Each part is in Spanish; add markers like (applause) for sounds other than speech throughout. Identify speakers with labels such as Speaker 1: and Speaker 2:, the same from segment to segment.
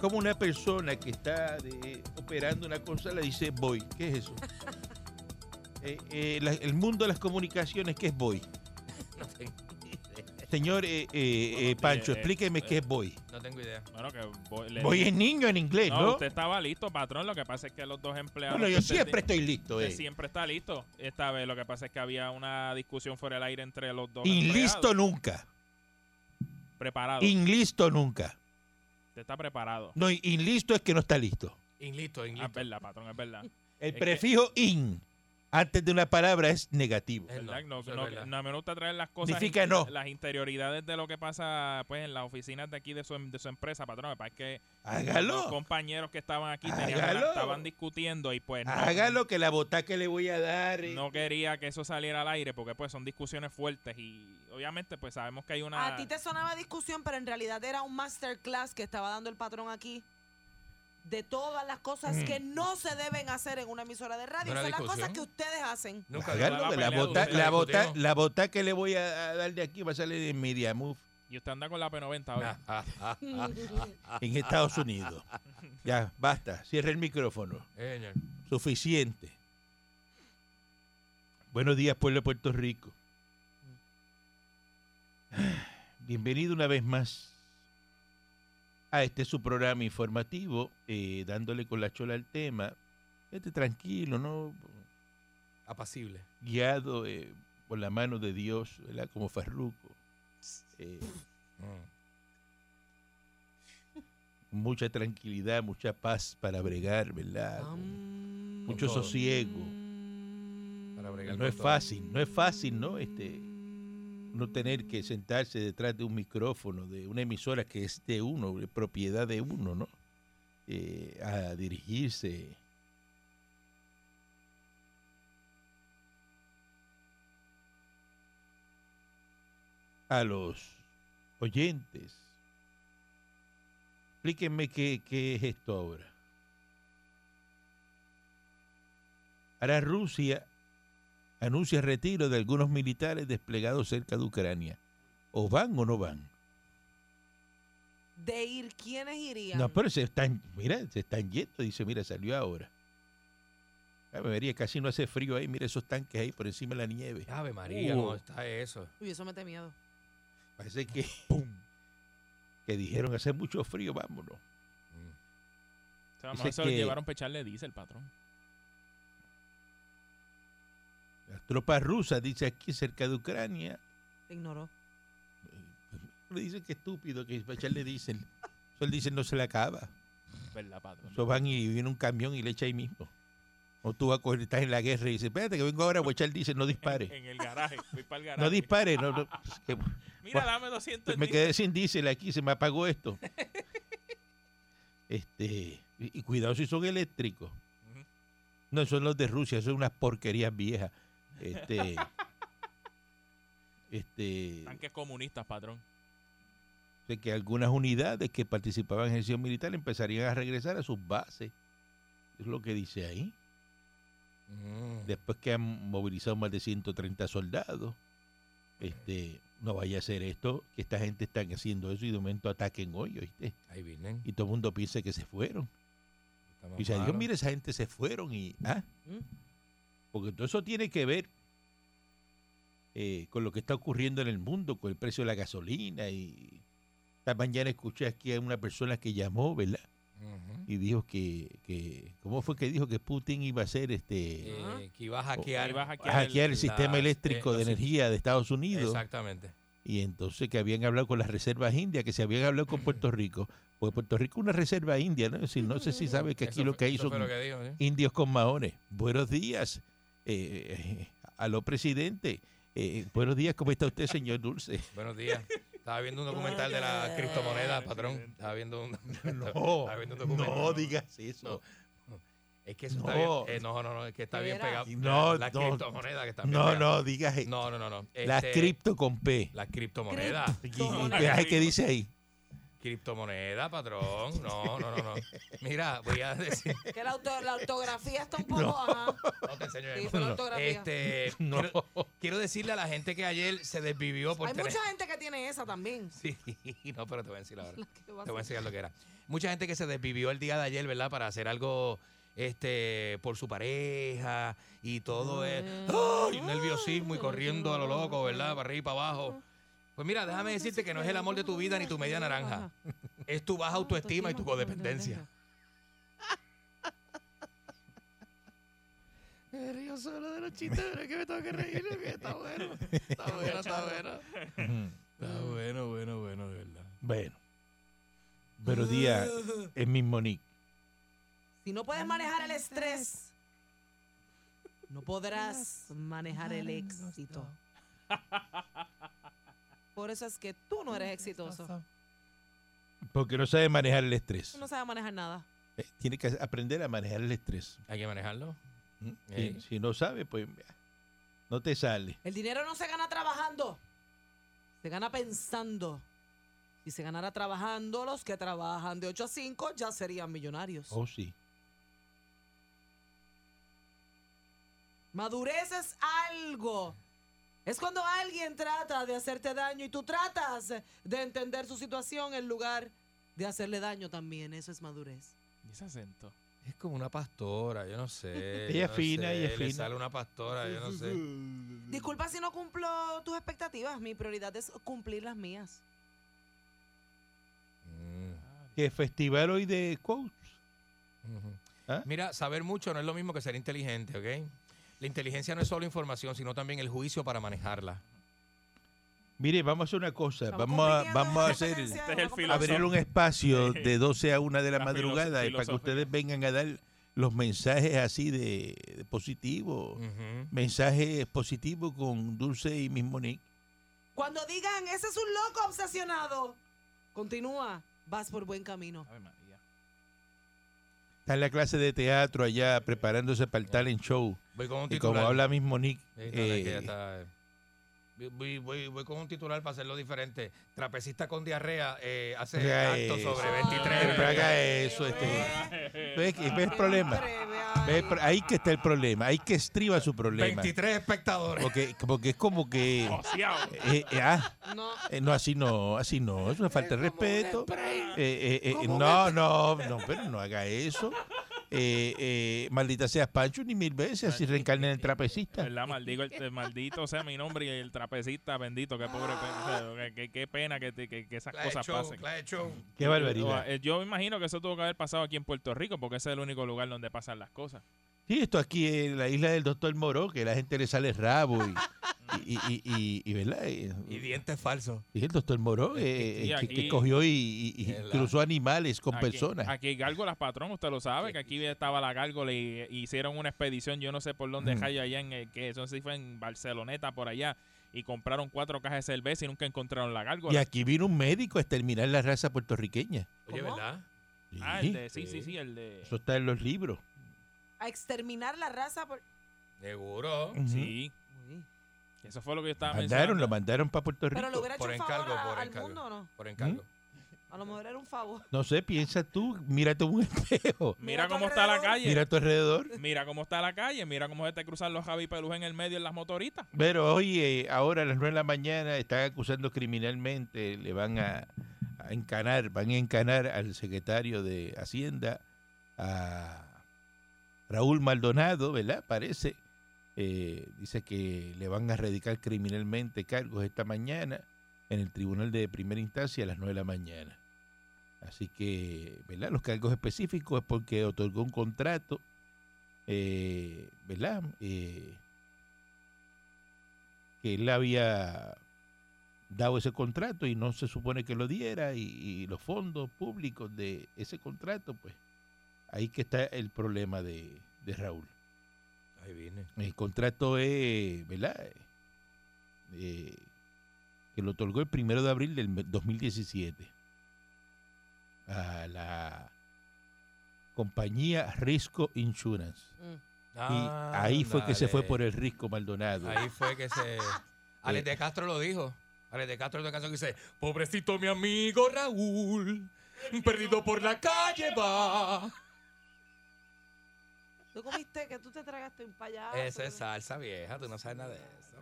Speaker 1: como una persona que está de- operando una consola dice voy. ¿Qué es
Speaker 2: (laughs)
Speaker 1: eso? Eh, eh, la- el mundo de las comunicaciones, ¿qué es
Speaker 2: (laughs)
Speaker 1: voy?
Speaker 3: No tengo,
Speaker 1: Señor eh, eh, eh,
Speaker 2: tiene-
Speaker 1: Pancho,
Speaker 2: eh,
Speaker 1: explíqueme
Speaker 2: eh,
Speaker 1: qué es voy.
Speaker 3: no tengo idea.
Speaker 2: Bueno, que voy, le-
Speaker 1: Voy es niño en inglés,
Speaker 2: no,
Speaker 1: ¿no?
Speaker 2: usted estaba listo, patrón. Lo que pasa es que los dos empleados.
Speaker 1: Bueno, yo
Speaker 2: que usted
Speaker 1: siempre
Speaker 2: tiene-
Speaker 1: estoy listo.
Speaker 2: usted
Speaker 1: eh.
Speaker 2: siempre está listo. Esta vez lo que pasa es que había una discusión fuera del aire entre los dos.
Speaker 1: Inlisto
Speaker 2: empleados.
Speaker 1: nunca.
Speaker 2: Preparado.
Speaker 1: Inlisto nunca.
Speaker 2: Usted está preparado.
Speaker 1: No, y inlisto es que no está listo.
Speaker 3: Inlisto,
Speaker 2: Ah, es
Speaker 3: inlisto.
Speaker 2: verdad, patrón,
Speaker 3: (laughs)
Speaker 2: es verdad.
Speaker 1: El
Speaker 2: Es que-
Speaker 1: prefijo in antes de una palabra es negativo.
Speaker 3: Eh, no,
Speaker 2: ¿Verdad? No,
Speaker 3: eso es
Speaker 2: no-
Speaker 3: verdad.
Speaker 2: no me gusta traer las cosas.
Speaker 1: Significa no.
Speaker 2: Las interioridades de lo que pasa pues en las oficinas de aquí de su, de su empresa, patrón. Me parece que los
Speaker 1: Hágalo.
Speaker 2: compañeros que estaban aquí tenían una-
Speaker 1: Hágalo.
Speaker 2: estaban discutiendo y pues. no-
Speaker 1: Hágalo que la botá que le voy a dar. eh.
Speaker 2: no quería que eso saliera al aire porque pues son discusiones fuertes y obviamente pues sabemos que hay una
Speaker 3: Ah.
Speaker 4: A ti te sonaba discusión, pero en realidad era un masterclass que estaba dando el patrón aquí de todas las cosas que no se deben hacer en una emisora de radio.
Speaker 3: Mm. No era
Speaker 4: Son las cosas
Speaker 3: discusión.
Speaker 4: que ustedes hacen.
Speaker 3: Nunca
Speaker 1: Hágalo,
Speaker 2: la
Speaker 1: que la
Speaker 2: pelea,
Speaker 1: botá,
Speaker 2: usted
Speaker 1: la
Speaker 3: la
Speaker 1: botá,
Speaker 3: discutimos.
Speaker 1: la botá que le voy a a dar de aquí va a salir en Media Move
Speaker 2: y usted anda con la P90 hoy.
Speaker 3: Ah.
Speaker 1: en Estados Unidos. Ya, basta. Cierre el micrófono.
Speaker 3: Eh, señor.
Speaker 1: Suficiente. Buenos días, pueblo de Puerto Rico. Bienvenido una vez más a este su programa informativo, eh, dándole con la chola al tema. Este tranquilo, ¿no?
Speaker 3: Apacible.
Speaker 1: Guiado eh, por la mano de Dios, ¿verdad? Como Eh, Farruco. mm. mucha tranquilidad, mucha paz para bregar, ¿verdad? Con Mucho
Speaker 3: todo.
Speaker 1: sosiego.
Speaker 3: Para bregar
Speaker 1: No
Speaker 3: con
Speaker 1: es
Speaker 3: todo.
Speaker 1: fácil, no es fácil, ¿no? Este, no tener que sentarse detrás de un micrófono, de una emisora que es de uno, de propiedad de uno, ¿no? Eh, a dirigirse. A los oyentes. Explíquenme qué, qué es esto ahora. Ahora Rusia anuncia retiro de algunos militares desplegados cerca de Ucrania. ¿O van o no van?
Speaker 4: (laughs) De ir, ¿quiénes irían?
Speaker 1: No, pero se están, mira, se están yendo. Dice, mira, salió ahora. Ya me vería, casi no hace frío ahí. Mira esos tanques ahí por encima de la nieve.
Speaker 3: Ave María,
Speaker 1: Uh.
Speaker 3: ¿cómo está eso?
Speaker 4: Uy, eso me da miedo.
Speaker 1: Parece que, que dijeron, hace mucho frío, vámonos.
Speaker 2: O sea, a
Speaker 1: Dice
Speaker 2: lo mejor se lo
Speaker 1: que-
Speaker 2: llevaron para echarle diésel, patrón.
Speaker 1: Las tropas rusas, dice aquí, cerca de Ucrania.
Speaker 4: Te ignoró.
Speaker 1: Le dicen que estúpido, que para echarle dicen. Eso el dicen no se le acaba.
Speaker 2: ¿Verdad, patrón?
Speaker 1: Eso van y viene un camión y le echa ahí mismo. O tú vas a coger, estás en la guerra y dices, espérate que vengo ahora, voy a echar diésel, no
Speaker 2: En,
Speaker 1: dispare.
Speaker 2: en el garaje, voy para el
Speaker 1: No
Speaker 2: garaje.
Speaker 1: dispare, no, no.
Speaker 2: Mira, dame 200
Speaker 1: me quedé sin diésel aquí, se me apagó esto. Este, y, y cuidado si son eléctricos.
Speaker 2: Ujú.
Speaker 1: No, son los de Rusia, son unas porquerías viejas. Este, este,
Speaker 2: tanques comunistas, patrón.
Speaker 1: de que algunas unidades que participaban en ejercicio militar empezarían a regresar a sus bases. Es lo que dice ahí.
Speaker 3: Mm.
Speaker 1: después que han movilizado más de 130 soldados. Este, no vaya a ser esto, que esta gente están haciendo eso y de momento ataquen hoy, ¿oíste?
Speaker 3: Ahí vienen.
Speaker 1: Y todo el mundo piensa que se fueron.
Speaker 3: Estamos
Speaker 1: Y dice, Dios,
Speaker 3: malos.
Speaker 1: mire, esa gente se fueron y... ¿ah?
Speaker 4: ¿Mm?
Speaker 1: Porque todo eso tiene que ver eh, con lo que está ocurriendo en el mundo, con el precio de la gasolina y... Esta mañana escuché aquí a una persona que llamó, ¿verdad?
Speaker 3: Ujú.
Speaker 1: Y dijo que, que... ¿Cómo fue que dijo que Putin iba a ser este...
Speaker 3: Eh, que iba a hackear.
Speaker 2: Que iba a
Speaker 1: a
Speaker 2: hackear
Speaker 1: hackear el
Speaker 3: las-
Speaker 1: sistema eléctrico de
Speaker 3: eh, los-
Speaker 1: energía de Estados Unidos
Speaker 3: Exactamente.
Speaker 1: y entonces que habían hablado con las reservas indias, que se habían hablado con Puerto Rico, porque Puerto Rico es una reserva india, ¿no? Si, no sé si sabe que aquí
Speaker 3: Mm, Eso
Speaker 1: lo
Speaker 3: fue-
Speaker 1: que hay
Speaker 3: eso
Speaker 1: son
Speaker 3: fue lo que
Speaker 1: (laughs)
Speaker 3: dijo, ¿eh?
Speaker 1: indios con maones. Buenos días,
Speaker 3: (laughs)
Speaker 1: eh, aló presidente. Eh, buenos días, ¿cómo está usted, señor Dulce?
Speaker 3: Buenos días. Estaba viendo un documental de la criptomoneda, patrón. Estaba viendo un,
Speaker 1: (laughs) No,
Speaker 3: (laughs) estaba viendo un documental.
Speaker 1: no digas eso.
Speaker 3: Es que eso
Speaker 1: No.
Speaker 3: está bien. eh, no, no, no, es que está
Speaker 4: ¿De
Speaker 3: bien
Speaker 4: veras?
Speaker 3: pegado.
Speaker 1: No,
Speaker 3: la
Speaker 1: no.
Speaker 3: criptomoneda que está bien
Speaker 1: No,
Speaker 3: pegada.
Speaker 1: no digas eso.
Speaker 3: No, no, no, no.
Speaker 1: la
Speaker 3: Este,
Speaker 1: cripto con P.
Speaker 3: La criptomoneda.
Speaker 1: Y- y-
Speaker 4: Criptomoneda.
Speaker 1: ay, ¿Qué dice ahí?
Speaker 3: Criptomoneda, patrón. No, no, no, no. Mira, voy
Speaker 1: (laughs)
Speaker 3: a decir.
Speaker 4: Que la, auto- la ortografía
Speaker 3: (laughs)
Speaker 4: está un poco. ajá.
Speaker 3: No te enseño
Speaker 4: Sí,
Speaker 3: el-
Speaker 4: fue la ortografía.
Speaker 3: Este,
Speaker 1: No.
Speaker 3: quiero, quiero decirle a la gente que ayer se desvivió por
Speaker 4: Hay
Speaker 3: tener.
Speaker 4: mucha gente que tiene esa también.
Speaker 3: (laughs) Sí, no, pero te voy a decir ahora.
Speaker 4: La que va a
Speaker 3: Te voy a
Speaker 4: ser-
Speaker 3: enseñar lo que era. Mucha gente que se desvivió el día de ayer, ¿verdad? Para hacer algo este por su pareja y todo es ¡ay! un nerviosismo y corriendo a lo loco, ¿verdad? Para arriba y para abajo. Pues mira, déjame decirte que no es el amor de tu vida ni tu media naranja. Es tu baja autoestima y tu codependencia. Me río solo de los chistes, pero es que me tengo que reír porque está bueno. Está bueno, está bueno. Está bueno, bueno, bueno, de verdad.
Speaker 1: Bueno. Pero
Speaker 3: (laughs)
Speaker 1: día es mismo Nick.
Speaker 4: Si no puedes manejar el estrés, no podrás manejar el éxito. Por eso es que tú no eres exitoso.
Speaker 1: Porque no sabe manejar el estrés.
Speaker 4: Tú no sabes manejar nada.
Speaker 1: Eh, Tiene que aprender a manejar el estrés.
Speaker 3: Hay que manejarlo.
Speaker 1: ¿Mm? Si-
Speaker 3: Ey.
Speaker 1: Si no sabe, pues mira, no te sale.
Speaker 4: El dinero no se gana trabajando, se gana pensando. Si se ganara trabajando, los que trabajan de 8 a 5 ya serían millonarios.
Speaker 1: Oh, sí.
Speaker 4: Madurez es algo. Es cuando alguien trata de hacerte daño y tú tratas de entender su situación en lugar de hacerle daño también. Eso es madurez.
Speaker 2: Y ese acento.
Speaker 3: Es como una pastora, yo no
Speaker 1: (laughs)
Speaker 3: sé.
Speaker 1: Ella
Speaker 3: yo
Speaker 1: es
Speaker 3: no
Speaker 1: fina,
Speaker 3: sé,
Speaker 1: ella es
Speaker 3: le
Speaker 1: fina.
Speaker 3: sale una pastora, yo
Speaker 1: (laughs)
Speaker 3: no sé.
Speaker 1: Mm.
Speaker 4: Disculpa si no cumplo tus expectativas. Mi prioridad es cumplir las mías.
Speaker 3: Mm,
Speaker 1: Que festival hoy de quotes.
Speaker 3: ujú.
Speaker 1: ¿Ah?
Speaker 3: Mira, saber mucho no es lo mismo que ser inteligente, ¿ok? La inteligencia no es solo información, sino también el juicio para manejarla.
Speaker 1: Mire, vamos a hacer una cosa.
Speaker 4: Estamos
Speaker 1: Vamos a,
Speaker 4: compitiendo
Speaker 1: vamos a
Speaker 4: en
Speaker 1: hacer,
Speaker 4: competencia,
Speaker 2: Este es
Speaker 4: una
Speaker 2: el
Speaker 4: competencia.
Speaker 2: filósofo.
Speaker 1: abrir un espacio de 12 a 1 de la,
Speaker 2: La filoso-
Speaker 1: madrugada y para que
Speaker 2: filosofía.
Speaker 1: ustedes vengan a dar los mensajes así de, de positivo.
Speaker 3: Ujú.
Speaker 1: Mensajes positivos con Dulce y Miss Monique.
Speaker 4: Cuando digan, ese es un loco obsesionado, continúa. Vas por buen camino.
Speaker 2: Ave María.
Speaker 1: Está en la clase de teatro allá preparándose para el talent show.
Speaker 3: Voy con un
Speaker 1: Y como
Speaker 3: titular.
Speaker 1: habla Miss Monique,
Speaker 3: Eh, no, no, es que ya
Speaker 1: eh,
Speaker 3: está, eh. Voy- Voy, voy- voy con un titular para hacerlo diferente. Trapecista con diarrea eh, hace
Speaker 1: Haga
Speaker 3: acto
Speaker 1: eso.
Speaker 3: sobre
Speaker 1: ah, pero
Speaker 3: 23.
Speaker 1: haga eso. Este,
Speaker 4: Eh,
Speaker 1: ¿Ves, que- ves el problema?
Speaker 4: Breve,
Speaker 1: Ve,
Speaker 4: ay.
Speaker 1: pro- ahí que está el problema, ahí que estriba su problema.
Speaker 3: 23 espectadores.
Speaker 1: Porque, porque es como que...
Speaker 2: Joseado.
Speaker 1: eh, eh, ah,
Speaker 4: No.
Speaker 1: eh, no, así no, así no, es una falta de respeto. Eh, eh, eh, no, no, no, pero no haga eso. Eh, eh, maldita seas Pancho, ni mil veces, así reencarna en el trapecista.
Speaker 2: ¿Verdad? Maldigo el, el maldito sea mi nombre y el trapecista bendito. Qué pobre pe- o sea, qué, qué- qué pena que, te- que- que esas
Speaker 3: Clase
Speaker 2: cosas
Speaker 3: show,
Speaker 2: pasen.
Speaker 3: clase show.
Speaker 1: Qué barbaridad.
Speaker 2: O, eh, Yo me imagino que eso tuvo que haber pasado aquí en Puerto Rico porque ese es el único lugar donde pasan las cosas.
Speaker 1: Sí, esto aquí en la isla del doctor Moró, que a la gente le sale rabo y, y, y, y- y- y, ¿verdad? Eh,
Speaker 3: Y dientes falsos.
Speaker 1: Y el doctor Moró, eh, que-
Speaker 2: Y
Speaker 1: que,
Speaker 2: aquí-
Speaker 1: cogió y, y- y
Speaker 3: ¿Verdad?
Speaker 1: cruzó animales con
Speaker 2: Aquí-
Speaker 1: personas.
Speaker 2: Aquí hay gárgolas, patrón, usted lo sabe, que aquí estaba la gárgola y, y hicieron una expedición, yo no sé por dónde
Speaker 1: Mm.
Speaker 2: hay allá en el que, eso sí fue en Barceloneta, por allá, y compraron cuatro cajas de cerveza y nunca encontraron la
Speaker 1: Y
Speaker 2: gárgola.
Speaker 1: aquí vino un médico a exterminar la raza puertorriqueña.
Speaker 3: Oye,
Speaker 4: ¿Cómo?
Speaker 3: ¿verdad?
Speaker 2: ah,
Speaker 1: Sí,
Speaker 2: el de, sí, sí, sí, el de...
Speaker 1: Eso está en los libros.
Speaker 4: A exterminar la raza por.
Speaker 3: Seguro.
Speaker 2: Sí,
Speaker 4: Uy.
Speaker 2: eso fue lo que yo estaba
Speaker 1: Ujú. Mandaron,
Speaker 2: mencionando.
Speaker 1: lo mandaron para Puerto Rico.
Speaker 4: Pero le hubiera hecho
Speaker 3: Por
Speaker 4: un favor
Speaker 3: encargo,
Speaker 4: a-
Speaker 3: por
Speaker 4: al
Speaker 3: encargo.
Speaker 4: mundo, ¿no?
Speaker 3: Por encargo.
Speaker 4: A lo mejor era un favor.
Speaker 1: No sé, piensa tú, mírate un (laughs) espejo.
Speaker 2: Mira
Speaker 4: Mira
Speaker 2: cómo
Speaker 4: tu
Speaker 2: está la
Speaker 4: alrededor.
Speaker 2: calle.
Speaker 1: Mira a tu alrededor.
Speaker 2: Mira cómo está la calle, mira cómo se te cruzan los Javi Pelús en el medio en las motoritas.
Speaker 1: Pero hoy, eh, ahora a las 9 de la mañana, están acusando criminalmente, le van a, a encanar, van a encanar al secretario de Hacienda, a Raúl Maldonado, ¿verdad? Parece. eh, dice que le van a radicar criminalmente cargos esta mañana en el tribunal de primera instancia a las 9 de la mañana. Así que, ¿verdad? Los cargos específicos es porque otorgó un contrato, eh, ¿verdad? Eh, que él había dado ese contrato y no se supone que lo diera y, y los fondos públicos de ese contrato, pues ahí que está el problema de, de Raúl.
Speaker 3: Mm. Ahí viene.
Speaker 1: El contrato es, ¿verdad? Eh, que lo otorgó el primero de abril del me- 2017 a la compañía Risco Insurance.
Speaker 4: Mm.
Speaker 1: y ahí fue que se fue por Eh. el Risco Maldonado.
Speaker 3: Ahí fue que (laughs) se. Alex de Castro lo dijo. Alex de Castro es una canción que dice: Pobrecito mi amigo Raúl, perdido por la calle va.
Speaker 5: Tú comiste que tú te tragaste un payaso.
Speaker 3: Esa es salsa vieja, tú no sabes nada de eso.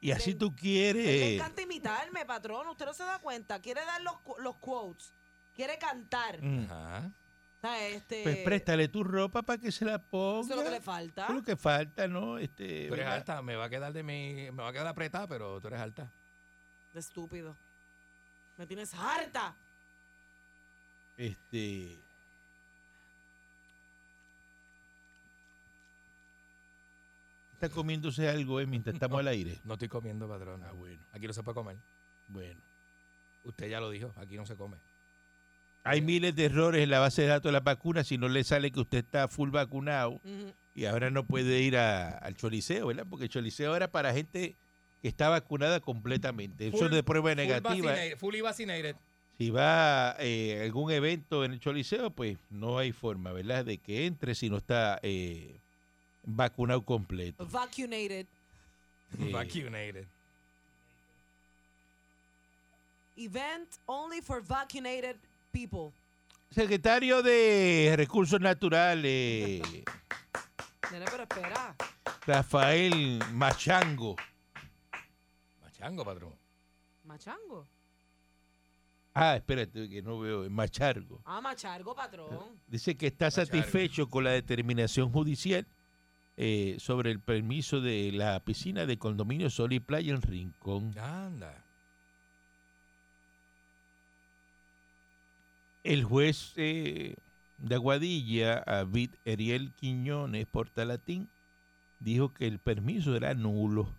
Speaker 1: Y así tú
Speaker 4: Le
Speaker 1: quieres.
Speaker 4: encanta imitarme, patrón. Usted no se da cuenta. Quiere dar los, cu- los quotes. Quiere cantar.
Speaker 1: Mm.
Speaker 3: Ajá.
Speaker 4: O sea, este,
Speaker 1: Pues préstale tu ropa para que se la ponga.
Speaker 4: Eso es lo que le falta.
Speaker 1: Eso es lo que falta, ¿no? Este,
Speaker 3: Tú eres
Speaker 1: ¿verdad?
Speaker 3: alta, me va a quedar de mi. Me va a quedar apretada, pero tú eres alta.
Speaker 4: De estúpido. Me tienes harta.
Speaker 1: Este. Está comiéndose algo, eh, mientras estamos al aire.
Speaker 3: No estoy comiendo, patrón.
Speaker 1: Ah, bueno,
Speaker 3: Aquí no se puede comer.
Speaker 1: bueno.
Speaker 3: Usted ya lo dijo, aquí no se come.
Speaker 1: Hay miles de errores en la base de datos de las vacunas. Si no le sale que usted está full vacunado
Speaker 4: Ujú.
Speaker 1: y ahora no puede ir a- al choliseo, ¿verdad? Porque el choliseo era para gente que está vacunada completamente. Eso
Speaker 3: Full-
Speaker 1: es de prueba
Speaker 3: Full
Speaker 1: negativa.
Speaker 3: vaccinated, Fully vaccinated.
Speaker 1: Si va eh, a algún evento en el Choliseo, pues no hay forma, ¿verdad?, de que entre si no está eh, vacunado completo.
Speaker 4: Vacunated.
Speaker 1: Eh,
Speaker 3: Vaccinated.
Speaker 4: Event only for vaccinated people.
Speaker 1: Secretario de Recursos Naturales,
Speaker 4: Nene, pero espera.
Speaker 1: Rafael Machango,
Speaker 3: Machango, patrón.
Speaker 4: Machango.
Speaker 1: ah, espérate, que no veo, Machargo,
Speaker 4: Ah, machargo, patrón.
Speaker 1: dice que está
Speaker 3: Machargo.
Speaker 1: satisfecho con la determinación judicial eh, sobre el permiso de la piscina de condominio Sol y Playa en Rincón.
Speaker 3: Anda.
Speaker 1: El juez eh, de Aguadilla, David Ariel Quiñones Portalatín, dijo que el permiso era nulo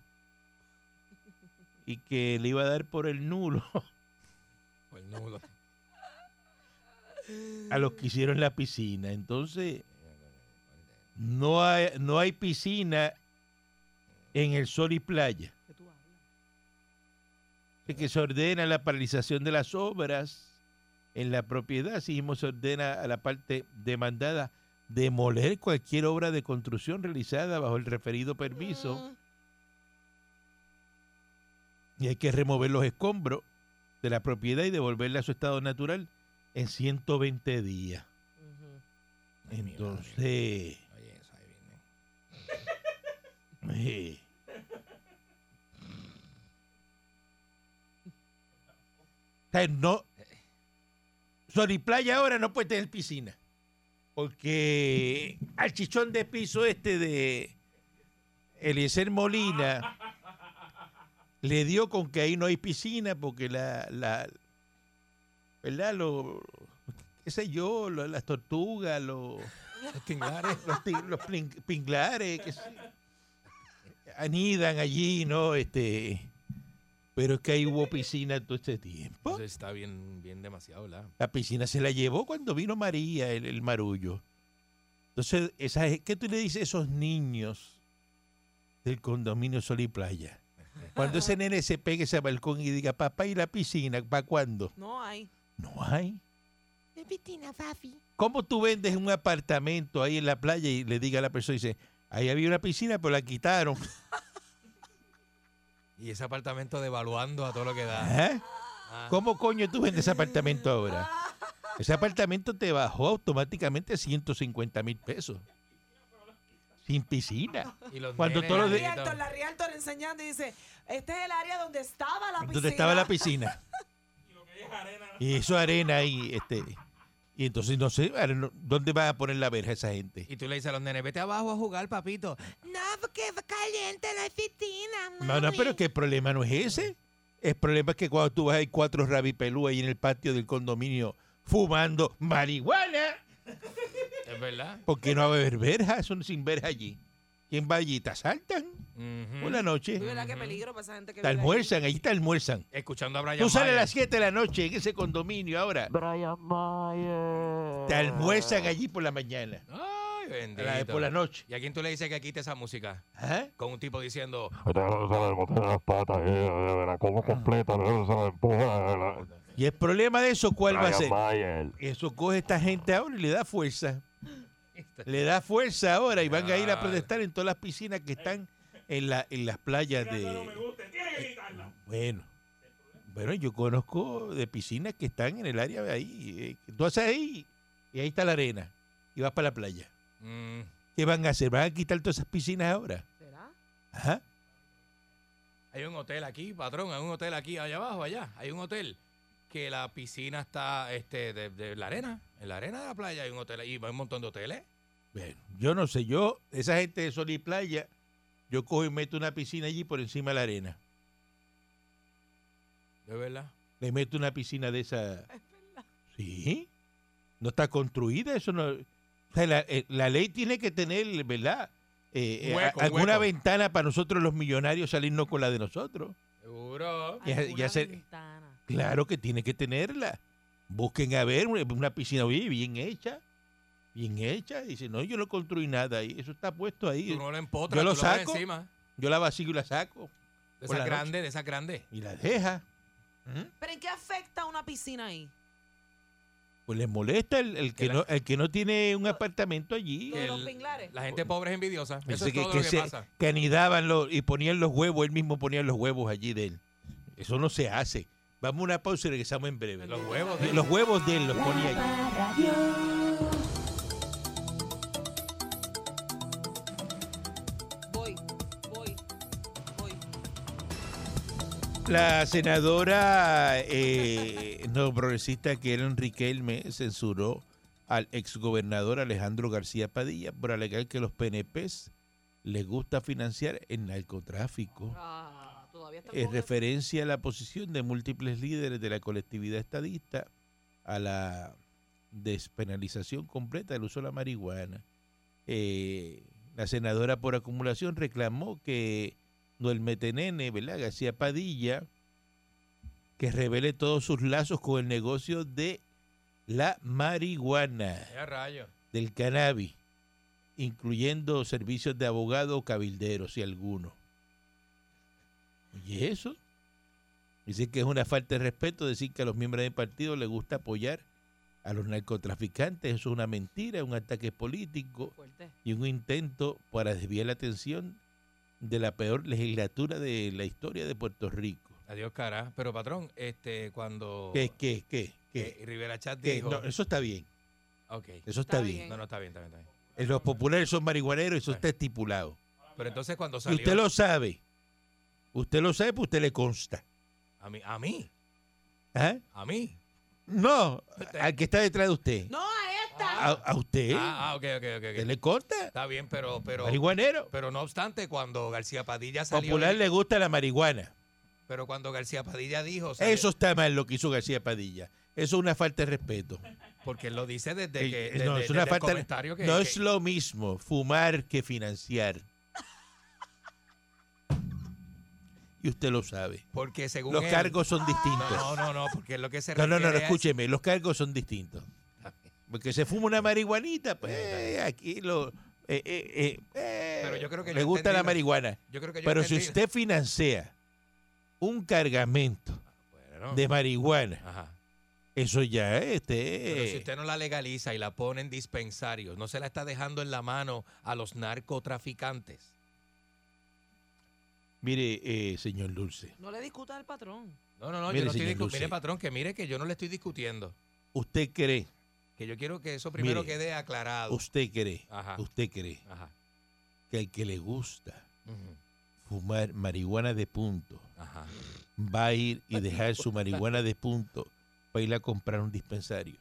Speaker 1: y que le iba a dar por el nulo
Speaker 3: Pues
Speaker 1: (laughs)
Speaker 3: nulo.
Speaker 1: a los que hicieron la piscina. Entonces, no hay, no hay piscina en el sol y playa.
Speaker 4: ¿Qué tú hablas?
Speaker 1: Así que se ordena la paralización de las obras en la propiedad, así mismo se ordena a la parte demandada demoler cualquier obra de construcción realizada bajo el referido
Speaker 4: Mm.
Speaker 1: permiso y hay que remover los escombros de la propiedad y devolverla a su estado natural en 120 días.
Speaker 4: Ujú.
Speaker 3: Ay, mi
Speaker 1: Entonces,
Speaker 3: madre. Oye, eso ahí viene.
Speaker 1: eh, o sea, no, Sol y Playa ahora no puede tener piscina. Porque al chichón de piso este de Eliezer Molina le dio con que ahí no hay piscina porque la, la ¿verdad? Lo, qué sé yo, lo- las tortugas, lo-
Speaker 3: Los tinglares.
Speaker 1: los, ti- los plin- pinglares que anidan allí, ¿no? Este, pero es que ahí hubo piscina todo este tiempo.
Speaker 3: Eso está bien, bien demasiado, ¿verdad?
Speaker 1: La piscina se la llevó cuando vino María, el, el marullo. Entonces, esa, ¿qué tú le dices a esos niños del condominio Sol y Playa? Cuando ese nene se pegue ese balcón y diga, papá, ¿y la piscina? ¿Para cuándo?
Speaker 4: No hay.
Speaker 1: No hay. ¿Cómo tú vendes un apartamento ahí en la playa y le diga a la persona, dice, ahí había una piscina, pero la quitaron?
Speaker 3: Y ese apartamento devaluando a todo lo
Speaker 1: (laughs)
Speaker 3: que da.
Speaker 1: ¿Ah? ¿Cómo coño tú vendes ese apartamento ahora? Ese apartamento te bajó automáticamente 150 mil pesos. Sin piscina.
Speaker 3: Y los
Speaker 1: Cuando
Speaker 3: nenes
Speaker 1: todo lo
Speaker 4: La
Speaker 1: de-
Speaker 3: chiquitos.
Speaker 4: Rialto, la Rialto le enseñando y dice, este es el área donde estaba la piscina.
Speaker 1: Donde estaba la piscina. Y eso arena ahí, este. Y entonces no sé, ahora no- ¿dónde van a poner la verja esa gente?
Speaker 3: Y tú le dices a los nenes, vete abajo a jugar, papito.
Speaker 5: No, porque caliente la piscina,
Speaker 1: No, no, pero que el problema no es ese. El problema es que cuando tú vas hay cuatro rabipelú ahí en el patio del condominio fumando marihuana.
Speaker 3: Es verdad.
Speaker 1: Porque no va a haber verja, son sin verja allí. ¿Quién va allí? ¿Te asaltan?
Speaker 3: Ujú.
Speaker 1: Por la
Speaker 4: Y
Speaker 1: noche.
Speaker 4: verdad que peligro para esa gente que
Speaker 1: Te
Speaker 4: vive ahí.
Speaker 1: almuerzan, allí te almuerzan.
Speaker 3: Escuchando a Brian
Speaker 1: Tú sales a
Speaker 3: Mayer.
Speaker 1: las 7 de la noche en ese condominio ahora. Te almuerzan allí por la mañana.
Speaker 3: Ay, bendito.
Speaker 1: la de por la noche.
Speaker 3: ¿Y a quién tú le dices que quite esa música?
Speaker 1: ¿Eh?
Speaker 3: Con un tipo diciendo,
Speaker 6: las patas, eh, la como completa, eh, se la empuja. eh, la-
Speaker 1: Y el problema de eso, ¿cuál va a
Speaker 6: Brian
Speaker 1: ser?
Speaker 6: Mayer.
Speaker 1: Eso coge esta gente ahora y le da fuerza. Le da fuerza ahora y van a ir a
Speaker 3: Claro.
Speaker 1: protestar en todas las piscinas que están en, la, en las playas de... Bueno, bueno, yo conozco de piscinas que están en el área de ahí. eh, que Tú haces ahí y ahí está la arena y vas para la playa.
Speaker 3: mm,
Speaker 1: ¿Qué van a hacer? ¿Van a quitar todas esas piscinas ahora?
Speaker 4: ¿Será?
Speaker 1: Ajá.
Speaker 3: hay un hotel aquí, patrón, hay un hotel aquí, allá abajo, allá. Hay un hotel que la piscina está este, de, de la arena. En la arena de la playa hay un hotel y hay un montón de hoteles.
Speaker 1: Bueno, yo no sé, yo, esa gente de Sol y Playa, yo cojo y meto una piscina allí por encima de la arena.
Speaker 3: De verdad.
Speaker 1: Le meto una piscina de esa. Sí. No está construida, eso no. o sea, la, eh, la ley tiene que tener, ¿verdad? Eh, eh,
Speaker 3: Hueco,
Speaker 1: a- alguna
Speaker 3: hueco.
Speaker 1: ventana para nosotros los millonarios salirnos con la de nosotros.
Speaker 3: Seguro.
Speaker 1: Y ha- y
Speaker 4: Alguna
Speaker 1: hacer-
Speaker 4: ventana.
Speaker 1: Claro que tiene que tenerla. Busquen a ver una una piscina oye, bien hecha. Bien hecha. Dice, no, yo no construí nada ahí. Eso está puesto ahí.
Speaker 3: Tú no lo empotras,
Speaker 1: Yo lo
Speaker 3: tú lo pones
Speaker 1: saco.
Speaker 3: encima.
Speaker 1: Yo la vacío y la saco.
Speaker 3: De
Speaker 1: Por la
Speaker 3: esas
Speaker 1: noche.
Speaker 3: grandes, de esas grandes.
Speaker 1: Y la deja. ¿Mm?
Speaker 4: ¿Pero en qué afecta una piscina ahí?
Speaker 1: Pues les molesta el, el que,
Speaker 3: la-
Speaker 1: no, el que no tiene un apartamento allí.
Speaker 4: Lo de los
Speaker 3: El-
Speaker 4: pinglares.
Speaker 3: La gente pobre es envidiosa. Eso
Speaker 1: Dice
Speaker 3: es
Speaker 1: que,
Speaker 3: todo
Speaker 1: que
Speaker 3: lo que
Speaker 1: se-
Speaker 3: pasa.
Speaker 1: que anidaban los, y ponían los huevos, él mismo ponía los huevos allí de él. Eso no se hace. Vamos a una pausa y regresamos en breve.
Speaker 3: Los huevos de
Speaker 1: Los huevos de él los ponía allí.
Speaker 4: Voy, voy, voy.
Speaker 1: La senadora eh, no progresista que era Riquelme censuró al exgobernador Alejandro García Padilla por alegar que los PNPs les gusta financiar el narcotráfico.
Speaker 4: Ah, todavía está
Speaker 1: en referencia a la posición de múltiples líderes de la colectividad estadista a la despenalización completa del uso de la marihuana. Eh, la senadora por acumulación reclamó que Duermetenene, ¿verdad? García Padilla, que revele todos sus lazos con el negocio de la marihuana
Speaker 3: Ya rayo.
Speaker 1: del cannabis, incluyendo servicios de abogado o cabildero, si alguno. Oye, eso. Dice que es una falta de respeto decir que a los miembros del partido les gusta apoyar a los narcotraficantes. Eso es una mentira, un ataque político
Speaker 4: fuerte.
Speaker 1: y un intento para desviar la atención de la peor legislatura de la historia de Puerto Rico.
Speaker 3: Adiós, cara. Pero, patrón, este, cuando
Speaker 1: ¿Qué, qué, qué?
Speaker 3: eh,
Speaker 1: qué?
Speaker 3: Rivera Chat
Speaker 1: ¿Qué?
Speaker 3: dijo.
Speaker 1: No, eso está bien,
Speaker 3: Ok.
Speaker 1: eso está,
Speaker 4: Está
Speaker 1: bien.
Speaker 4: bien.
Speaker 3: No, no, está bien, está bien, está bien.
Speaker 1: Eh, Los populares son marihuaneros, eso está estipulado.
Speaker 3: Pero entonces cuando
Speaker 1: Y
Speaker 3: salió.
Speaker 1: usted lo sabe. Usted lo sabe, pues usted le consta.
Speaker 3: A mí, a mí,
Speaker 1: ¿Ah?
Speaker 3: a mí.
Speaker 1: No, al que está detrás de usted.
Speaker 4: No, a esta.
Speaker 1: A, a usted.
Speaker 3: Ah, ah, ok, ok, ok.
Speaker 1: ¿Usted
Speaker 3: ok.
Speaker 1: le consta?
Speaker 3: Está bien, pero, pero,
Speaker 1: Marihuanero.
Speaker 3: pero no obstante, cuando García Padilla salió.
Speaker 1: Popular le gusta la marihuana.
Speaker 3: Pero cuando García Padilla dijo. salió-
Speaker 1: Eso está mal lo que hizo García Padilla. Eso es una falta de respeto.
Speaker 3: Porque él lo dice desde
Speaker 1: Eh,
Speaker 3: que.
Speaker 1: eh,
Speaker 3: desde-
Speaker 1: no, es
Speaker 3: desde
Speaker 1: una
Speaker 3: el
Speaker 1: falta
Speaker 3: comentario que-
Speaker 1: no
Speaker 3: que-
Speaker 1: es lo mismo fumar que
Speaker 3: (laughs)
Speaker 1: financiar. Y usted lo sabe.
Speaker 3: Porque según.
Speaker 1: Los
Speaker 3: él- Ah,
Speaker 1: cargos son distintos.
Speaker 3: No, no, no, porque lo que se
Speaker 1: No, no, no, no,
Speaker 3: refiere a-
Speaker 1: escúcheme, los cargos son distintos. Porque se fuma una marihuanita, pues eh, aquí lo... eh, eh, eh, eh,
Speaker 3: Pero yo creo que
Speaker 1: le
Speaker 3: yo
Speaker 1: gusta la
Speaker 3: entendí-
Speaker 1: marihuana.
Speaker 3: Yo creo que yo
Speaker 1: Pero si
Speaker 3: entendí-
Speaker 1: usted financia un cargamento
Speaker 3: Bueno,
Speaker 1: de marihuana,
Speaker 3: Ajá.
Speaker 1: eso ya es...
Speaker 3: Pero si
Speaker 1: Este,
Speaker 3: usted no la legaliza y la pone en dispensarios, no se la está dejando en la mano a los narcotraficantes.
Speaker 1: Mire, eh, señor Dulce,
Speaker 4: No le discuta al patrón.
Speaker 3: No, no, no,
Speaker 1: Mire,
Speaker 3: yo no estoy
Speaker 1: señor
Speaker 3: discu-
Speaker 1: Dulce.
Speaker 3: Mire, patrón, que mire que yo no le estoy discutiendo.
Speaker 1: ¿usted cree,
Speaker 3: Que yo quiero que eso primero
Speaker 1: Mire.
Speaker 3: quede aclarado.
Speaker 1: usted cree,
Speaker 3: Ajá.
Speaker 1: usted cree
Speaker 3: Ajá.
Speaker 1: que al que le gusta
Speaker 3: Ujú.
Speaker 1: fumar marihuana de punto,
Speaker 3: Ajá.
Speaker 1: va a ir y dejar su marihuana de punto para ir a comprar un dispensario.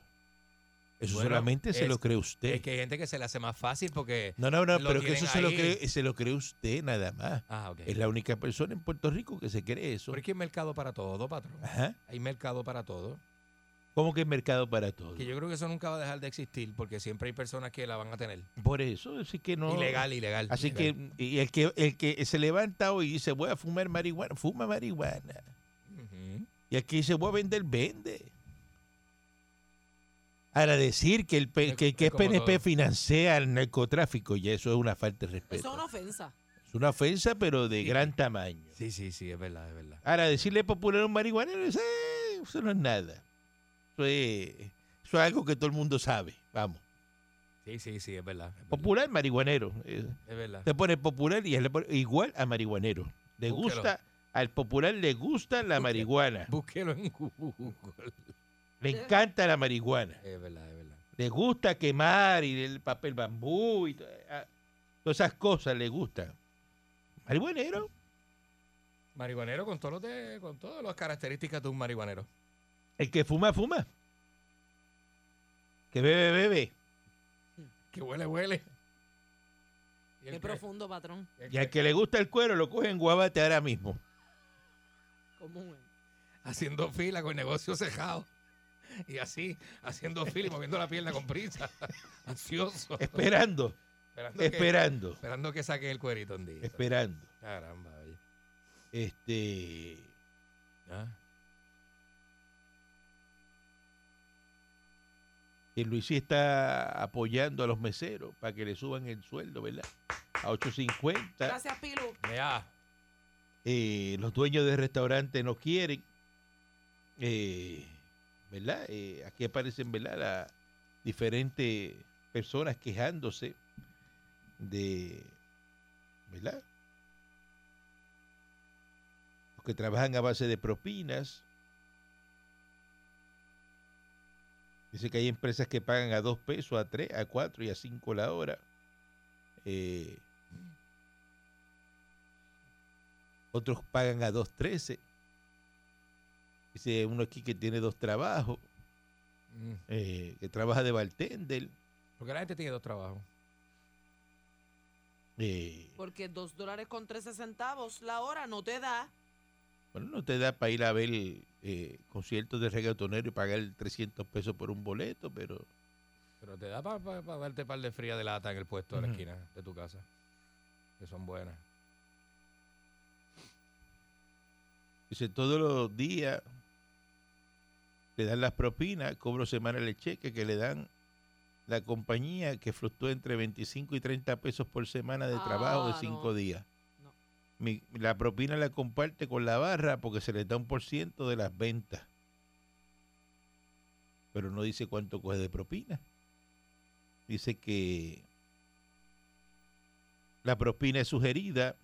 Speaker 1: Eso
Speaker 3: Bueno,
Speaker 1: solamente se
Speaker 3: es-
Speaker 1: lo cree usted.
Speaker 3: Es que hay gente que se le hace más fácil porque.
Speaker 1: no, no, no,
Speaker 3: lo
Speaker 1: pero que
Speaker 3: tienen
Speaker 1: eso se lo,
Speaker 3: ahí.
Speaker 1: cree, se lo cree usted nada más.
Speaker 3: Ah, ok.
Speaker 1: Es la única persona en Puerto Rico que se cree eso.
Speaker 3: Porque hay mercado para todo, patrón.
Speaker 1: Ajá.
Speaker 3: Hay mercado para todo.
Speaker 1: ¿Cómo que es mercado para todos?
Speaker 3: Que yo creo que eso nunca va a dejar de existir porque siempre hay personas que la van a tener.
Speaker 1: Por eso, así que no.
Speaker 3: Ilegal, ilegal.
Speaker 1: Así que,
Speaker 3: ilegal.
Speaker 1: y el que el que se levanta hoy y dice voy a fumar marihuana, fuma marihuana.
Speaker 3: Ujú.
Speaker 1: Y el que dice voy a vender, vende. Ahora decir que el P-
Speaker 3: Es-
Speaker 1: que, que el
Speaker 3: es como
Speaker 1: PNP
Speaker 3: todo.
Speaker 1: financia el narcotráfico, ya eso es una falta de
Speaker 4: Eso
Speaker 1: respeto.
Speaker 4: es una ofensa.
Speaker 1: Es una ofensa, pero de
Speaker 3: Sí.
Speaker 1: gran tamaño.
Speaker 3: Sí, sí, sí, es verdad, es verdad.
Speaker 1: Ahora, decirle popular a un marihuanero, eso, es- eso no es nada. Eso es, eso es algo que todo el mundo sabe. Vamos.
Speaker 3: Sí, sí, sí, es verdad. es verdad,
Speaker 1: Popular, marihuanero. Eh,
Speaker 3: Es verdad.
Speaker 1: Te pone popular y es le pone igual a marihuanero. Le
Speaker 3: Búsquelo.
Speaker 1: gusta, al popular le gusta la marihuana.
Speaker 3: Búsquelo en Google.
Speaker 1: Le encanta la marihuana.
Speaker 3: Es verdad, es verdad.
Speaker 1: Le gusta quemar y el papel bambú y to- ah, todas esas cosas le gustan. Marihuanero.
Speaker 3: Marihuanero con todos los de- con todas las características de un marihuanero.
Speaker 1: El que fuma, fuma. Que bebe, bebe.
Speaker 3: Que huele, huele. Y el
Speaker 4: Qué
Speaker 3: que-
Speaker 4: profundo, patrón.
Speaker 3: el
Speaker 1: Y al
Speaker 3: que-
Speaker 1: que le gusta el cuero lo cogen guabate ahora mismo.
Speaker 4: Común.
Speaker 3: haciendo fila con el negocio cejado. Y así, haciendo fila y moviendo la pierna con prisa. (laughs) Ansioso.
Speaker 1: Esperando,
Speaker 3: Esperando, que,
Speaker 1: esperando,
Speaker 3: esperando que saque el cuerito un día.
Speaker 1: esperando.
Speaker 3: Caramba, oye.
Speaker 1: Este.
Speaker 3: Ah,
Speaker 1: Que Luis está apoyando a los meseros para que le suban el sueldo, ¿verdad? A 8.50.
Speaker 4: Gracias, Pilu.
Speaker 3: Vea.
Speaker 1: Eh, los dueños de restaurantes no quieren. Eh, ¿Verdad? Eh, aquí aparecen, ¿verdad? Las diferentes personas quejándose de. ¿Verdad? Los que trabajan a base de propinas. Dice que hay empresas que pagan a dos pesos, a tres, a cuatro y a cinco la hora. Eh, otros pagan a 2.13. Dice uno aquí que tiene dos trabajos,
Speaker 3: Mm.
Speaker 1: eh, que trabaja de bartender.
Speaker 3: Porque la gente tiene dos trabajos.
Speaker 1: eh,
Speaker 4: Porque dos dólares con 13 centavos la hora no te da.
Speaker 1: bueno, no te da para ir a ver eh, conciertos de reggaetonero y pagar 300 pesos por un boleto, pero
Speaker 3: Pero te da para darte par de fría de lata en el puesto de la esquina de tu casa. Que son buenas.
Speaker 1: dice todos los días le dan las propinas, cobro semanal el cheque que le dan la compañía que fluctúa entre 25 y 30 pesos por semana de trabajo de
Speaker 4: Ah,
Speaker 1: cinco
Speaker 4: no.
Speaker 1: días.
Speaker 4: No.
Speaker 1: Mi- la propina la comparte con la barra porque se le da un por ciento de las ventas. Pero no dice cuánto coge de propina. Dice que la propina es sugerida.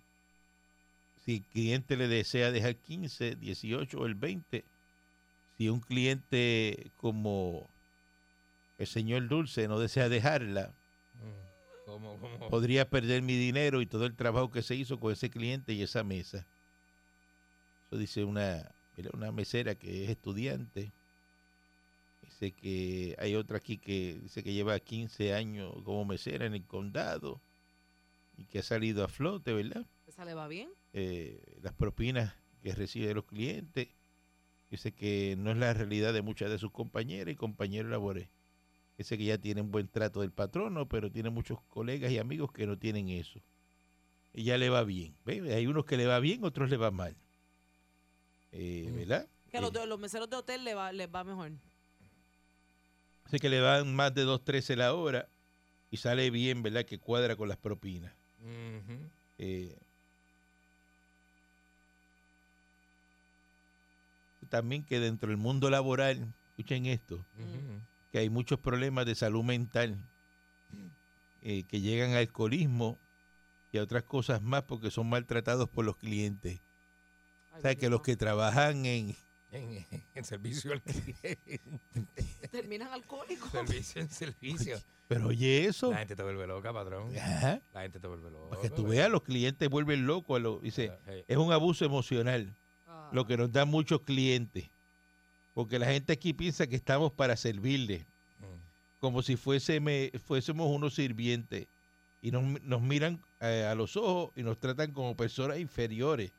Speaker 1: Si el cliente le desea dejar 15, 18 o el 20, si un cliente como el señor Dulce no desea dejarla,
Speaker 3: Mm. Como, como.
Speaker 1: podría perder mi dinero y todo el trabajo que se hizo con ese cliente y esa mesa. Eso dice una, mira, una mesera que es estudiante. Dice que hay otra aquí que dice que lleva 15 años como mesera en el condado y que ha salido a flote, ¿verdad?
Speaker 4: ¿Esa le va bien?
Speaker 1: eh, las propinas que recibe de los clientes. Dice que no es la realidad de muchas de sus compañeras y compañeros laborales. Dice que ya tienen buen trato del patrono, pero tiene muchos colegas y amigos que no tienen eso. Y ya le va bien. ¿ve? Hay unos que le va bien, otros le va mal. Eh,
Speaker 3: Mm.
Speaker 1: ¿Verdad?
Speaker 4: Que a los,
Speaker 1: Eh,
Speaker 4: de- los meseros de hotel le va, les va mejor.
Speaker 1: dice que le dan más de 2.13 la hora y sale bien, ¿verdad? Que cuadra con las propinas.
Speaker 3: Ujú.
Speaker 1: Eh, también que dentro del mundo laboral, escuchen esto,
Speaker 3: Ujú.
Speaker 1: que hay muchos problemas de salud mental eh, que llegan al alcoholismo y a otras cosas más porque son maltratados por los clientes.
Speaker 4: Ay,
Speaker 1: O sea, que
Speaker 4: Dios
Speaker 1: los
Speaker 4: mío.
Speaker 1: que trabajan en...
Speaker 3: En, en
Speaker 1: (laughs)
Speaker 3: servicio al cliente.
Speaker 4: terminan alcohólicos. (laughs)
Speaker 3: servicio en servicio.
Speaker 1: Pero oye eso,
Speaker 3: La gente te vuelve loca, patrón.
Speaker 1: ajá,
Speaker 3: La gente te vuelve loca.
Speaker 1: para que tú veas, los clientes vuelven locos. a los- dice, es un abuso emocional.
Speaker 4: Ah.
Speaker 1: lo que nos dan muchos clientes. Porque la gente aquí piensa que estamos para servirle,
Speaker 3: mm.
Speaker 1: como si fuéseme- fuésemos unos sirvientes. Y nos, nos miran eh, a los ojos y nos tratan como personas inferiores.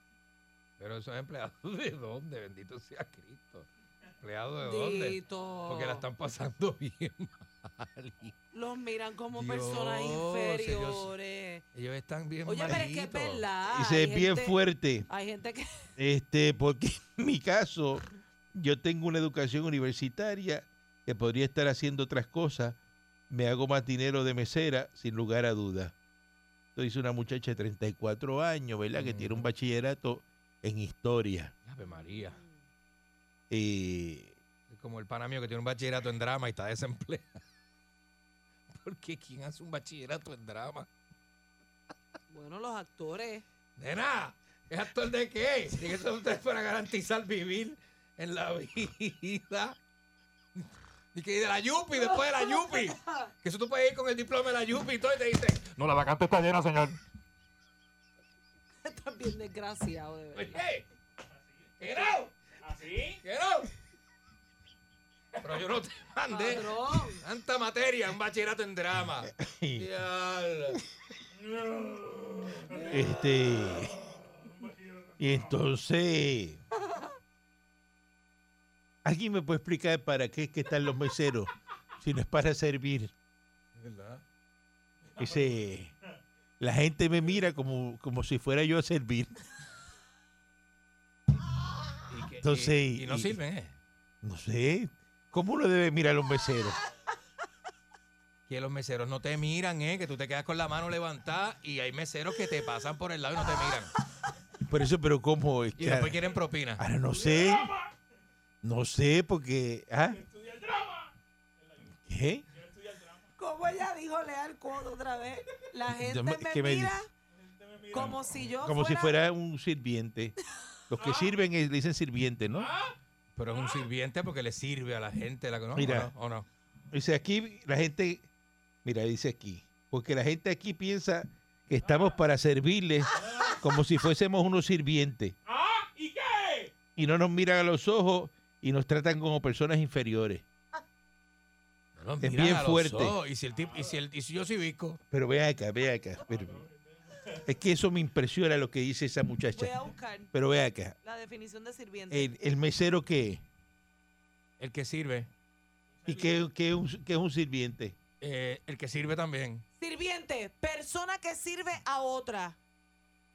Speaker 3: Pero esos empleados (laughs) de dónde, bendito sea Cristo. ¿Empleados de dónde?
Speaker 4: Dito.
Speaker 3: Porque la están pasando (laughs) bien mal.
Speaker 4: Los miran como
Speaker 3: Dios,
Speaker 4: personas
Speaker 3: ellos-
Speaker 4: inferiores.
Speaker 3: Ellos están bien
Speaker 4: Oye, pero es que es
Speaker 3: malitos.
Speaker 4: verdad.
Speaker 1: y se
Speaker 4: hay
Speaker 1: es bien
Speaker 4: gente-
Speaker 1: fuerte,
Speaker 4: Hay gente que. (laughs)
Speaker 1: (laughs) este, porque en mi caso, yo tengo una educación universitaria que podría estar haciendo otras cosas, me hago más dinero de mesera, sin lugar a duda. Esto dice una muchacha de 34 años, ¿verdad? Que tiene un bachillerato en historia.
Speaker 3: Ave María.
Speaker 1: Eh, (laughs)
Speaker 3: Es como el pana mío que tiene un bachillerato en drama y está desempleado. (laughs) Porque ¿quién hace un bachillerato en drama?
Speaker 4: Bueno, los actores. (laughs)
Speaker 3: Nena, ¿es actor de qué? Tiene que ser usted para garantizar vivir en la vida. Y que de la Yupi, después de la Yupi. Que eso tú puedes ir con el diploma de la Yupi y todo y te dice,
Speaker 6: No, la vacante está llena, señor.
Speaker 4: También desgraciado, de verdad.
Speaker 3: oye, get out,
Speaker 2: ¿Así?
Speaker 3: get out. Pero yo no te mandé
Speaker 4: Padrón.
Speaker 3: tanta materia, un bachillerato en drama. Diablo.
Speaker 1: Este. Y entonces. ¿Alguien me puede explicar para qué es que están los meseros? Si no es para servir.
Speaker 3: ¿Verdad?
Speaker 1: Ese. La gente me mira como, como si fuera yo a servir.
Speaker 3: Y que-
Speaker 1: Entonces,
Speaker 3: y, y no
Speaker 1: y-
Speaker 3: sirven, ¿eh?
Speaker 1: No sé. ¿Cómo uno debe mirar a los meseros?
Speaker 3: Que los meseros no te miran, ¿eh? Que tú te quedas con la mano levantada y hay meseros que te pasan por el lado y no te miran.
Speaker 1: Por eso, pero ¿cómo? Es
Speaker 3: Y
Speaker 1: que
Speaker 3: después
Speaker 1: ahora,
Speaker 3: quieren propina.
Speaker 1: ahora no sé. No sé, porque. ¿ah? ¿Qué?
Speaker 4: Como ella dijo, lea el codo otra vez. La gente
Speaker 1: Yo
Speaker 4: me,
Speaker 1: me- ¿qué me
Speaker 4: mira como si yo
Speaker 1: Como si
Speaker 4: fuera...
Speaker 1: fuera un sirviente. Los
Speaker 4: Ah.
Speaker 1: que sirven es- dicen sirviente, ¿no?
Speaker 3: Pero es un sirviente porque le sirve a la gente. La, ¿no?
Speaker 1: Mira.
Speaker 3: ¿O no?
Speaker 1: Dice aquí, la gente, mira, dice aquí, porque la gente aquí piensa que estamos para servirles como si fuésemos unos sirvientes.
Speaker 2: ¿Ah? ¿Y qué?
Speaker 1: Y no nos miran a los ojos y nos tratan como personas inferiores.
Speaker 3: No los
Speaker 1: Es
Speaker 3: miran
Speaker 1: bien
Speaker 3: a los
Speaker 1: fuerte.
Speaker 3: ojos. Y si, el tip- y, si el- y si yo soy visco.
Speaker 1: Pero ve acá, ve acá. pero- es que eso me impresiona lo que dice esa
Speaker 4: Voy a
Speaker 1: muchacha.
Speaker 4: buscar
Speaker 1: Pero ve acá,
Speaker 4: la definición de sirviente.
Speaker 1: el, el mesero que
Speaker 3: El que sirve.
Speaker 1: y que, que es un, que es un sirviente.
Speaker 3: eh, el que sirve también.
Speaker 4: Sirviente, persona que sirve a otra.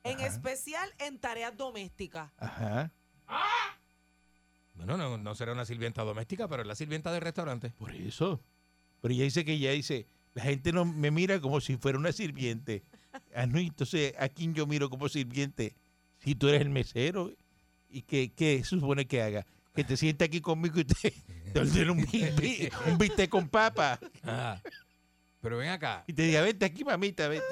Speaker 4: En especial en tareas domésticas.
Speaker 1: Ajá,
Speaker 3: Bueno, no, no será una sirvienta doméstica, pero es la sirvienta del restaurante.
Speaker 1: por eso. Pero ella dice que ya dice, la gente no me mira como si fuera una sirviente. Ah, no, entonces, ¿a quién yo miro como sirviente? Si tú eres el mesero, ¿y qué, qué se supone que haga? Que te siente aquí conmigo y te, te ordene un, bi- un bistec con papa
Speaker 3: Ah. Pero ven acá.
Speaker 1: y te diga, vente aquí, mamita, vente.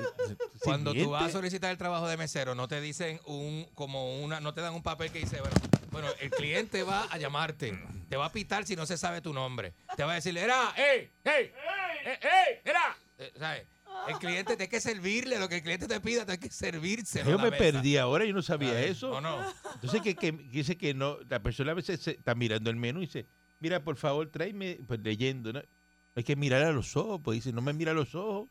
Speaker 3: Cuando tú vas a
Speaker 1: Sirviente.
Speaker 3: solicitar el trabajo de mesero, no te dicen un, como una, no te dan un papel que dice, bueno, bueno, el cliente va a llamarte, te va a pitar si no se sabe tu nombre, te va a decir, era, ey, ey, ey, ey, era, Eh, ¿sabes? El cliente tiene que servirle lo que el cliente te pida, tiene que servirse.
Speaker 1: Yo me perdí ahora, yo no sabía eso.
Speaker 3: ¿O no?
Speaker 1: Entonces, que, que- que dice que no, la persona a veces se- está mirando el menú y dice, mira, por favor, tráeme, pues leyendo, ¿no? Hay que mirar a los ojos, pues dice, no me mira a los ojos.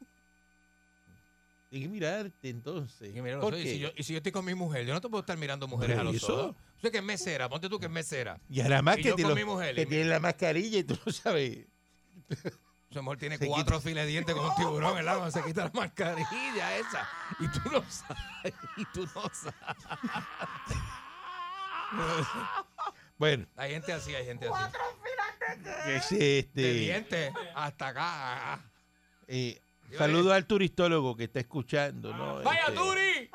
Speaker 1: Hay que mirarte entonces.
Speaker 3: Y, mira,
Speaker 1: ¿Por
Speaker 3: y
Speaker 1: qué?
Speaker 3: si yo, y si yo estoy con mi mujer, yo no te puedo estar mirando mujeres a
Speaker 1: Pero
Speaker 3: los
Speaker 1: eso-
Speaker 3: ojos. Tú sabes que es mesera, ponte tú que es mesera.
Speaker 1: Y además
Speaker 3: y
Speaker 1: que,
Speaker 3: yo
Speaker 1: tiene,
Speaker 3: con
Speaker 1: los-
Speaker 3: mi mujer,
Speaker 1: que
Speaker 3: y mi-
Speaker 1: tiene la mascarilla y tú no sabes.
Speaker 3: A lo mejor tiene
Speaker 1: Se quita.
Speaker 3: cuatro files de dientes como un tiburón, ¿verdad? Cuando se quita la mascarilla esa. Y tú no sabes. Y tú no sabes.
Speaker 1: Bueno,
Speaker 3: Hay gente así, hay gente así.
Speaker 1: es este.
Speaker 3: De dientes hasta acá.
Speaker 1: eh, saludo al turistólogo que está escuchando, ¿no?
Speaker 3: Ah, ¡Vaya
Speaker 1: Este,
Speaker 3: Turi!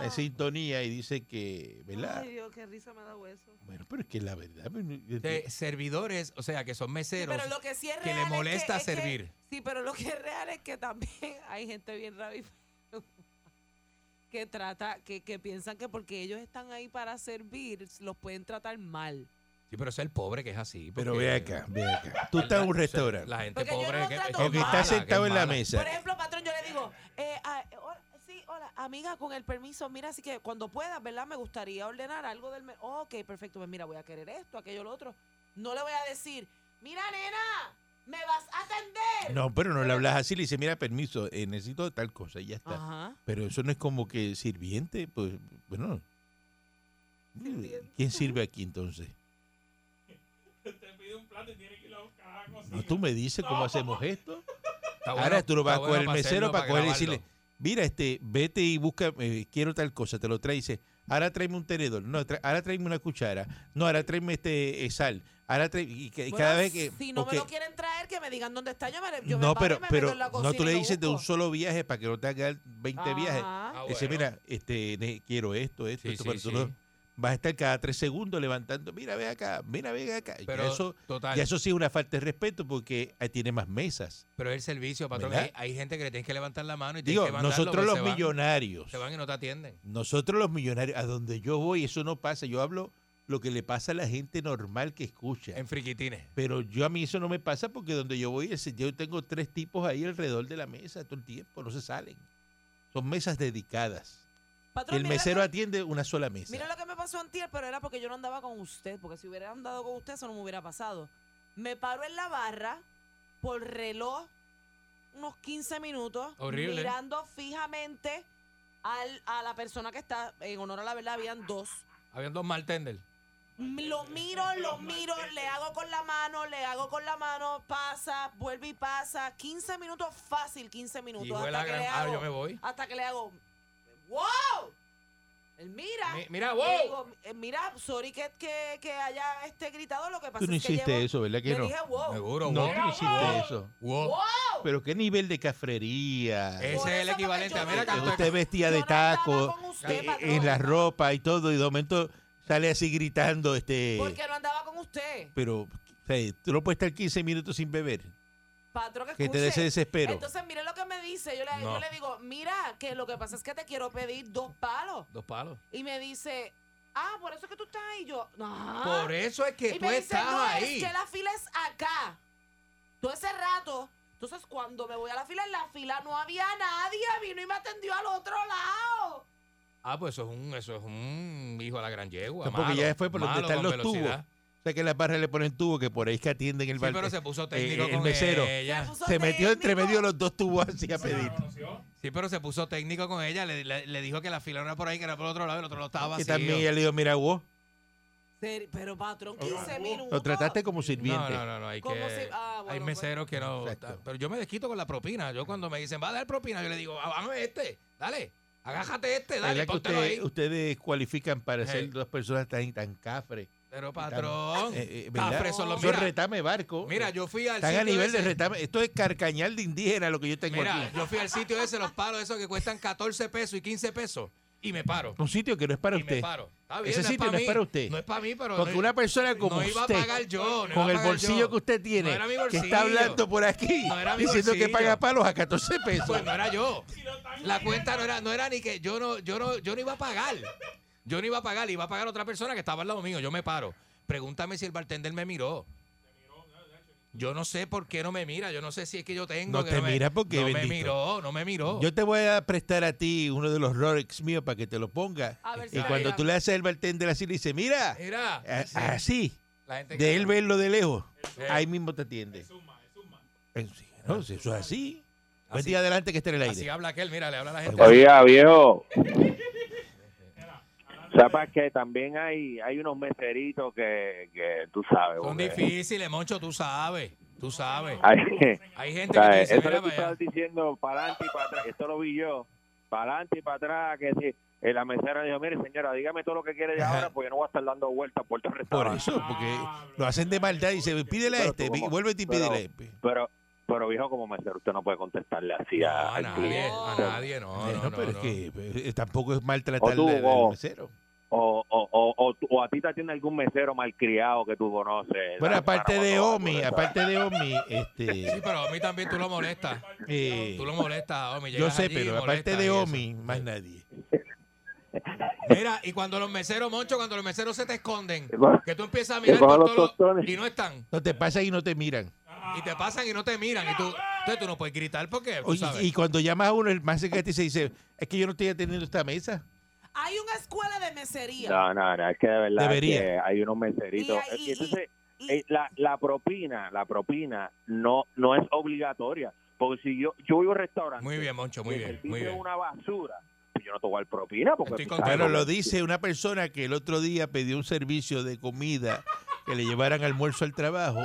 Speaker 1: En sintonía y dice que, ¿verdad?
Speaker 4: Ah. Ay, Dios, qué risa me da hueso.
Speaker 1: Bueno, pero es que la verdad. pues, no-
Speaker 3: De servidores, o sea, que son
Speaker 4: Sí,
Speaker 3: meseros.
Speaker 4: pero lo que sí es real
Speaker 3: que le
Speaker 4: es
Speaker 3: molesta
Speaker 4: es que-
Speaker 3: servir.
Speaker 4: sí, pero lo que es real es que también (laughs) hay gente bien rabifunda (laughs) que trata, que, que piensan que porque ellos están ahí para servir, los pueden tratar mal.
Speaker 3: Sí, pero es el pobre que es así.
Speaker 1: Pero
Speaker 3: porque-
Speaker 1: ve acá, ve acá. Tú estás en un
Speaker 3: La-
Speaker 1: restaurante.
Speaker 3: La gente
Speaker 4: Porque yo
Speaker 3: pobre
Speaker 4: no
Speaker 3: que, es
Speaker 4: trato
Speaker 3: que
Speaker 1: O
Speaker 3: es
Speaker 1: que
Speaker 3: mala,
Speaker 1: está
Speaker 3: que es
Speaker 1: sentado en la
Speaker 3: mala.
Speaker 1: mesa.
Speaker 4: Por ejemplo, patrón, yo le digo, eh, ah, hola, sí, hola, amiga, con el permiso, mira, así que cuando puedas, ¿verdad? Me gustaría ordenar algo del menú. ok, perfecto, pues mira, voy a querer esto, aquello, lo otro. No le voy a decir, mira, nena, me vas a atender.
Speaker 1: No, pero no le hablas así, le dices, mira, permiso, eh, necesito tal cosa y ya está.
Speaker 4: Ajá.
Speaker 1: Pero eso no es como que sirviente, pues, bueno.
Speaker 4: Sirviente.
Speaker 1: ¿Quién sirve aquí entonces?
Speaker 2: Te pide un plato y tienes que ir a buscar a la
Speaker 1: No,
Speaker 2: cocina.
Speaker 1: tú me dices cómo hacemos esto.
Speaker 3: Está
Speaker 1: Ahora tú lo vas
Speaker 3: está
Speaker 1: a coger el
Speaker 3: bueno
Speaker 1: mesero
Speaker 3: hacerlo,
Speaker 1: para coger y
Speaker 3: grabarlo.
Speaker 1: decirle, mira, este, vete y busca, eh, quiero tal cosa, te lo trae y dice, ahora tráeme un tenedor, no, tra- ahora tráeme una cuchara, no, ahora tráeme este eh, sal, ahora tráeme, y, que- y
Speaker 4: Bueno,
Speaker 1: cada vez que...
Speaker 4: Si no
Speaker 1: ok.
Speaker 4: me lo quieren traer, que me digan dónde está. Yo me, yo me
Speaker 1: no,
Speaker 4: paro y
Speaker 1: pero,
Speaker 4: me meto
Speaker 1: pero
Speaker 4: en la
Speaker 1: no
Speaker 4: cocina
Speaker 1: tú le
Speaker 4: y lo
Speaker 1: dices de un
Speaker 4: busco.
Speaker 1: solo viaje para que no te haga 20 viajes.
Speaker 4: Ajá.
Speaker 3: Ah,
Speaker 1: Dice,
Speaker 3: bueno.
Speaker 1: mira, este, ne- quiero esto, esto,
Speaker 3: Sí,
Speaker 1: esto,
Speaker 3: sí,
Speaker 1: pero tú
Speaker 3: sí.
Speaker 1: no- vas a estar cada tres segundos levantando, mira, ve acá, mira, ve acá. Y
Speaker 3: Pero
Speaker 1: eso,
Speaker 3: total,
Speaker 1: y eso sí es una falta de respeto porque ahí tiene más mesas.
Speaker 3: pero es el servicio, patrón.
Speaker 1: ¿Verdad?
Speaker 3: Hay, hay gente que le tienes que levantar la mano y tienes
Speaker 1: Digo,
Speaker 3: que mandarlo,
Speaker 1: nosotros
Speaker 3: pues,
Speaker 1: los
Speaker 3: se van-
Speaker 1: millonarios,
Speaker 3: se van y no te atienden.
Speaker 1: nosotros los millonarios, a donde yo voy, eso no pasa. Yo hablo lo que le pasa a la gente normal que escucha.
Speaker 3: En friquitines.
Speaker 1: Pero yo a mí eso no me pasa porque donde yo voy, ese- yo tengo tres tipos ahí alrededor de la mesa todo el tiempo, no se salen. Son mesas dedicadas.
Speaker 4: Patrón,
Speaker 1: el
Speaker 4: mira lo
Speaker 1: mesero
Speaker 4: que-
Speaker 1: atiende una sola mesa.
Speaker 4: Mira lo que me pasó antier, pero era porque yo no andaba con usted, porque si hubiera andado con usted eso no me hubiera pasado. Me paro en la barra por reloj unos 15 minutos
Speaker 3: Horrible.
Speaker 4: mirando fijamente al- a la persona que está, en honor a la verdad, habían dos.
Speaker 3: Habían dos maltenders.
Speaker 4: Lo miro, lo miro, le hago con la mano, le hago con la mano, pasa, vuelve y pasa. 15 minutos fácil, 15 minutos.
Speaker 3: Y fue la
Speaker 4: hasta, que
Speaker 3: gran.
Speaker 4: le
Speaker 3: Ah,
Speaker 4: hago,
Speaker 3: yo me voy.
Speaker 4: hasta que le hago, ¡wow! Él mira.
Speaker 3: Mi- mira,
Speaker 4: Le
Speaker 3: wow.
Speaker 4: digo, eh, mira, sorry que, que, que haya este gritado, lo que pasa
Speaker 1: Tú no
Speaker 4: es que
Speaker 1: hiciste
Speaker 4: llevo-
Speaker 1: eso, ¿verdad que
Speaker 4: le
Speaker 1: no?
Speaker 4: dije, wow.
Speaker 3: Seguro,
Speaker 1: No,
Speaker 3: wow.
Speaker 1: tú no hiciste eso.
Speaker 3: Wow.
Speaker 1: Pero qué nivel de cafrería.
Speaker 3: Ese
Speaker 4: Por
Speaker 3: es el
Speaker 4: eso, porque
Speaker 3: equivalente
Speaker 4: yo
Speaker 3: a
Speaker 4: no
Speaker 3: mira
Speaker 4: estaba-
Speaker 3: canto de-
Speaker 1: Usted vestía
Speaker 4: Yo
Speaker 1: de
Speaker 4: no andaba
Speaker 1: taco,
Speaker 4: con usted,
Speaker 1: eh,
Speaker 4: patrón.
Speaker 1: en la ropa y todo, y de momento sale así gritando, este...
Speaker 4: Porque no andaba con usted.
Speaker 1: Pero, o sea, tú no puedes estar 15 minutos sin beber.
Speaker 4: Patrón, que
Speaker 1: Que te dé ese
Speaker 4: escuche.
Speaker 1: desespero.
Speaker 4: Entonces, mire lo que me dice. Yo le,
Speaker 3: No.
Speaker 4: yo le digo, mira, que lo que pasa es que te quiero pedir dos palos.
Speaker 3: Dos palos.
Speaker 4: Y me dice, ah, por eso que tú estás ahí. Yo, no.
Speaker 3: Por eso es que
Speaker 4: Ah. y
Speaker 3: tú
Speaker 4: me dice,
Speaker 3: estás
Speaker 4: no,
Speaker 3: ahí.
Speaker 4: es que la fila es acá. Todo ese rato. Entonces, cuando me voy a la fila, en la fila no había nadie. Vino y me atendió al otro lado.
Speaker 3: Ah, pues eso es un, eso es un hijo de la gran yegua.
Speaker 1: No, porque
Speaker 3: malo,
Speaker 1: ya después por donde
Speaker 3: malo
Speaker 1: están
Speaker 3: con
Speaker 1: los tubos.
Speaker 3: velocidad.
Speaker 1: O sea, que en las barras le ponen tubo, que por ahí es que atienden el
Speaker 3: Sí,
Speaker 1: bar.
Speaker 3: pero se puso técnico
Speaker 1: eh, el
Speaker 3: con
Speaker 1: mesero.
Speaker 3: ella.
Speaker 4: puso
Speaker 1: Se metió entre
Speaker 4: técnico.
Speaker 1: medio de los dos tubos así a pedir.
Speaker 3: Sí, pero se puso técnico con ella. Le, le- le dijo que la fila no era por ahí, que era por otro lado, el otro lado estaba
Speaker 1: Y
Speaker 3: vacío.
Speaker 1: también ella le dijo, mira vos,
Speaker 4: Seri- Pero, patrón, 15 minutos.
Speaker 1: lo trataste como
Speaker 3: no,
Speaker 1: sirviente.
Speaker 3: no, no, no, hay que...
Speaker 4: ¿Cómo se-
Speaker 3: hay
Speaker 4: ah,
Speaker 1: pues.
Speaker 4: bueno,
Speaker 3: meseros que no...
Speaker 1: Exacto.
Speaker 3: Pero yo me desquito con la propina. Yo cuando me dicen, va a dar propina, yo le digo, "Ah, dame este, dale, agájate este,
Speaker 1: La
Speaker 3: dale,
Speaker 1: verdad que
Speaker 3: póntelo
Speaker 1: usted-
Speaker 3: ahí. Eh.
Speaker 1: ustedes cualifican para
Speaker 3: Hey.
Speaker 1: ser dos personas tan, tan cafres.
Speaker 3: Pero patrón,
Speaker 1: Eh, eh, ¿verdad?
Speaker 3: cafres son los...
Speaker 1: Son
Speaker 3: Mira,
Speaker 1: retame barco.
Speaker 3: mira, yo fui al
Speaker 1: Están a
Speaker 3: sitio
Speaker 1: nivel de
Speaker 3: ese-
Speaker 1: retame. Esto es carcañal de indígena lo que yo tengo
Speaker 3: Mira,
Speaker 1: aquí.
Speaker 3: yo fui al sitio ese, los palos esos que cuestan 14 pesos y 15 pesos, y me paro.
Speaker 1: Un sitio que no es para
Speaker 3: y me
Speaker 1: usted.
Speaker 3: paro. Está bien,
Speaker 1: Ese
Speaker 3: no
Speaker 1: sitio no
Speaker 3: es para
Speaker 1: es
Speaker 3: mí.
Speaker 1: para usted.
Speaker 3: No es para mí, pero
Speaker 1: Porque
Speaker 3: no-
Speaker 1: una persona como
Speaker 3: no
Speaker 1: usted,
Speaker 3: iba a pagar yo, no
Speaker 1: con
Speaker 3: iba a
Speaker 1: el
Speaker 3: pagar
Speaker 1: bolsillo
Speaker 3: yo.
Speaker 1: que usted tiene,
Speaker 3: No era mi
Speaker 1: que
Speaker 3: bolsillo.
Speaker 1: está hablando por aquí,
Speaker 3: No era mi
Speaker 1: diciendo que
Speaker 3: bolsillo.
Speaker 1: paga palos a 14 pesos.
Speaker 3: Pues no era yo. La cuenta no era, no era ni que yo no, yo no, yo no iba a pagar. Yo no iba a pagar, iba a pagar otra persona que estaba al lado mío. Yo me paro. Pregúntame si el bartender me miró. Yo no sé por qué no me mira. Yo no sé si es que yo tengo.
Speaker 1: No
Speaker 3: que
Speaker 1: te
Speaker 3: me-
Speaker 1: mira porque,
Speaker 3: no me
Speaker 1: bendito.
Speaker 3: miró, no me miró.
Speaker 1: Yo te voy a prestar a ti uno de los Rolex míos para que te lo ponga.
Speaker 4: A ver si
Speaker 1: Y
Speaker 4: me
Speaker 1: cuando
Speaker 4: mira.
Speaker 1: tú le haces el bartender así, le dice, mira,
Speaker 3: Mira,
Speaker 1: a-
Speaker 3: Eh, sí,
Speaker 1: así,
Speaker 3: la gente
Speaker 1: Eh, de él verlo de lejos,
Speaker 3: Sí.
Speaker 1: ahí mismo te atiende. Eh, sí, No, si eso es así. Buen
Speaker 3: Así-
Speaker 1: día adelante que esté en el
Speaker 3: Así
Speaker 1: aire.
Speaker 3: habla aquel, mira, le habla a la gente.
Speaker 7: Oiga, viejo.
Speaker 3: (laughs)
Speaker 7: Sabes que también hay, hay unos meseritos que, que tú sabes.
Speaker 3: Son
Speaker 7: porque
Speaker 3: difíciles, Moncho, tú sabes. Tú sabes.
Speaker 7: hay- (laughs)
Speaker 3: Hay gente que te
Speaker 7: ¿sabes?
Speaker 3: dice, mira
Speaker 7: Eso que tú
Speaker 3: para allá.
Speaker 7: estabas diciendo, para adelante y para atrás, esto lo vi yo, para adelante y para atrás, que si eh, la mesera dijo, mire señora, dígame todo lo que quiere de
Speaker 1: Ajá.
Speaker 7: ahora, porque yo no voy a estar dando vueltas por todo el
Speaker 1: Por
Speaker 7: restaurante.
Speaker 1: eso, porque
Speaker 3: Ah,
Speaker 1: lo hacen de maldad y se pídele a
Speaker 7: Pero
Speaker 1: este,
Speaker 7: tú como-
Speaker 1: vuelve y
Speaker 7: pero-
Speaker 1: pídele. este".
Speaker 7: Pero, pero viejo, como mesero, usted no puede contestarle así
Speaker 3: No,
Speaker 7: a,
Speaker 3: a
Speaker 7: al
Speaker 3: nadie,
Speaker 7: cliente.
Speaker 3: a nadie, no,
Speaker 1: Eh,
Speaker 3: no,
Speaker 1: no,
Speaker 3: no,
Speaker 1: pero es
Speaker 3: no.
Speaker 1: que eh, tampoco es maltratar
Speaker 7: O tú,
Speaker 1: al- al
Speaker 7: o-
Speaker 1: mesero.
Speaker 7: O, o, o, o, tú- o a ti te tiene algún mesero malcriado que tú conoces.
Speaker 1: Bueno,
Speaker 7: ¿sabes?
Speaker 1: aparte
Speaker 7: Para
Speaker 1: de
Speaker 7: cuando vas
Speaker 1: Omi,
Speaker 7: por el
Speaker 1: aparte de Omi, este,
Speaker 3: Sí, pero a mí también tú lo molestas.
Speaker 1: eh,
Speaker 3: Tú lo molestas, Omi.
Speaker 1: yo
Speaker 3: llegas
Speaker 1: sé,
Speaker 3: allí y
Speaker 1: pero aparte
Speaker 3: molestas y
Speaker 1: de
Speaker 3: eso.
Speaker 1: Omi, más nadie.
Speaker 3: Mira, y cuando los meseros, Moncho, cuando los meseros se te esconden,
Speaker 7: cojo-
Speaker 3: que tú empiezas a mirar
Speaker 7: cojo
Speaker 3: por
Speaker 7: los
Speaker 3: todos los-
Speaker 7: tostones.
Speaker 3: y no están,
Speaker 1: No te pasa y no te miran.
Speaker 3: y te pasan y no te miran, y tú, entonces tú no puedes gritar porque, tú
Speaker 1: Oye,
Speaker 3: sabes.
Speaker 1: y cuando llamas a uno, el más cerca de ti se dice, es que yo no estoy atendiendo esta mesa.
Speaker 4: Hay una escuela de mesería.
Speaker 7: No, no, no, es que de verdad
Speaker 1: Debería.
Speaker 7: que hay unos meseritos.
Speaker 4: Y- y-
Speaker 7: Es que entonces,
Speaker 4: y-
Speaker 7: eh, la, la propina, la propina no no es obligatoria, porque si yo yo voy a un restaurante
Speaker 3: Muy bien, Moncho, muy
Speaker 7: y el
Speaker 3: bien,
Speaker 7: servicio
Speaker 3: muy
Speaker 7: es
Speaker 3: bien.
Speaker 7: una basura, pues yo no te voy a dar propina porque
Speaker 3: Estoy
Speaker 7: tú
Speaker 3: contigo.
Speaker 7: sabes,
Speaker 1: Bueno,
Speaker 3: Claro.
Speaker 1: lo dice una persona que el otro día pidió un servicio de comida que le llevaran almuerzo al trabajo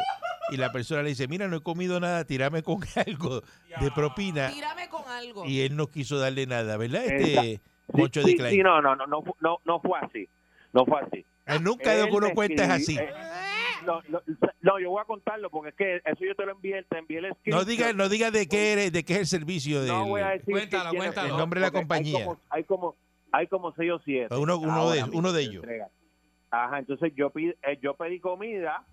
Speaker 1: y la persona le dice, mira, no he comido nada, tirame con (laughs) algo de propina.
Speaker 4: Tírame con algo.
Speaker 1: Y él no quiso darle nada, ¿verdad?
Speaker 7: Exacto.
Speaker 1: Este, Moncho
Speaker 7: sí,
Speaker 1: de Clay.
Speaker 7: sí, no, no, no, no, fu- no, no fue así. No fue así.
Speaker 1: Eh, Nunca de
Speaker 7: Él
Speaker 1: que uno
Speaker 7: me
Speaker 1: cuenta es así.
Speaker 7: escribió- eh, no, no, no, yo voy a contarlo porque es que eso yo te lo envié, te envié el
Speaker 1: No
Speaker 7: screenshot.
Speaker 1: diga, no diga de qué eres, de qué es el servicio del
Speaker 7: No voy a decir
Speaker 3: Cuéntalo,
Speaker 7: quién es,
Speaker 3: cuéntalo.
Speaker 7: no,
Speaker 1: El nombre de la
Speaker 7: porque
Speaker 1: compañía.
Speaker 7: Hay como, hay como, hay como seis o siete.
Speaker 1: Uno- uno
Speaker 7: Ahora
Speaker 1: de-
Speaker 7: mismo
Speaker 1: uno de
Speaker 7: se
Speaker 1: ellos.
Speaker 7: entregan. Ajá, entonces yo, pid- eh, yo pedí comida,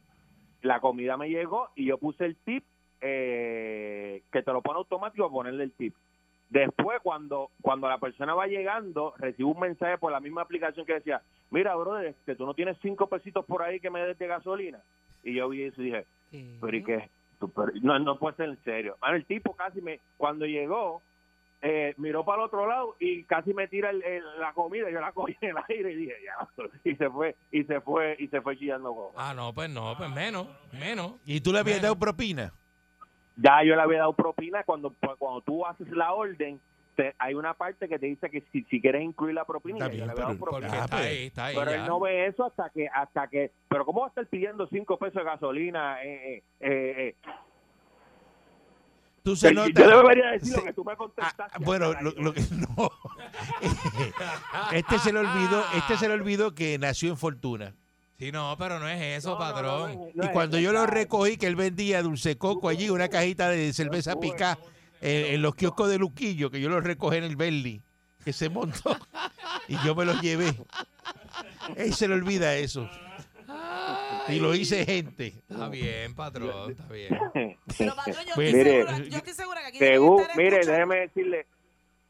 Speaker 7: la comida me llegó y yo puse el tip, eh, que te lo pone automático, ponerle el tip. Después, cuando, cuando la persona va llegando, recibo un mensaje por la misma aplicación que decía, mira, brother, este, tú no tienes cinco pesitos por ahí que me des de gasolina. Y yo vi eso y dije, pero ¿y qué? Tú, pero- no, no puede ser en serio. Mano, el tipo casi me, cuando llegó, eh, miró para el otro lado y casi me tira el- el- la comida. Yo la (laughs) cogí en el aire y dije, ya. Y se fue, y se fue, y se fue chillando. como.
Speaker 3: Ah, no, pues no, pues menos, menos.
Speaker 1: ¿Y tú le habías
Speaker 3: Bueno.
Speaker 1: dado propina?
Speaker 7: Ya yo le había dado propina. Cuando, pues, cuando tú haces la orden, te- hay una parte que te dice que si, si quieres incluir la propina,
Speaker 1: Está
Speaker 7: y yo
Speaker 1: bien,
Speaker 7: le había dado
Speaker 1: pero-
Speaker 7: propina.
Speaker 3: Porque
Speaker 1: Ah,
Speaker 3: está
Speaker 1: pues.
Speaker 3: ahí, está ahí.
Speaker 7: Pero
Speaker 3: ya.
Speaker 7: él no ve eso hasta que, hasta que, pero ¿cómo va a estar pidiendo cinco pesos de gasolina? Eh, eh, eh, eh?
Speaker 1: Tú se
Speaker 7: Yo-
Speaker 1: nota.
Speaker 7: yo debería decir lo
Speaker 1: se-
Speaker 7: que tú me
Speaker 1: Ah,
Speaker 7: contestaste.
Speaker 1: bueno,
Speaker 7: Ay,
Speaker 1: lo, lo que (laughs) no. este se le olvidó, este se le olvidó que nació en Fortuna.
Speaker 3: Sí, no, pero no es eso,
Speaker 7: No, no,
Speaker 3: patrón.
Speaker 7: no, no es- no
Speaker 1: Y
Speaker 7: es
Speaker 1: cuando yo lo
Speaker 7: verdad.
Speaker 1: recogí, que él vendía dulce coco allí, una cajita de cerveza picá eh, en los kioscos de Luquillo, que yo lo recogí en el Berli, que se montó y yo me lo llevé. Él se le olvida eso. Y lo hice gente.
Speaker 3: Está bien, patrón, está bien.
Speaker 4: Pero, patrón, yo,
Speaker 1: Pues,
Speaker 4: estoy
Speaker 7: mire,
Speaker 4: segura, yo estoy segura que aquí deben
Speaker 7: Según,
Speaker 4: estar
Speaker 7: mire,
Speaker 4: escuchando-
Speaker 7: déjeme decirle,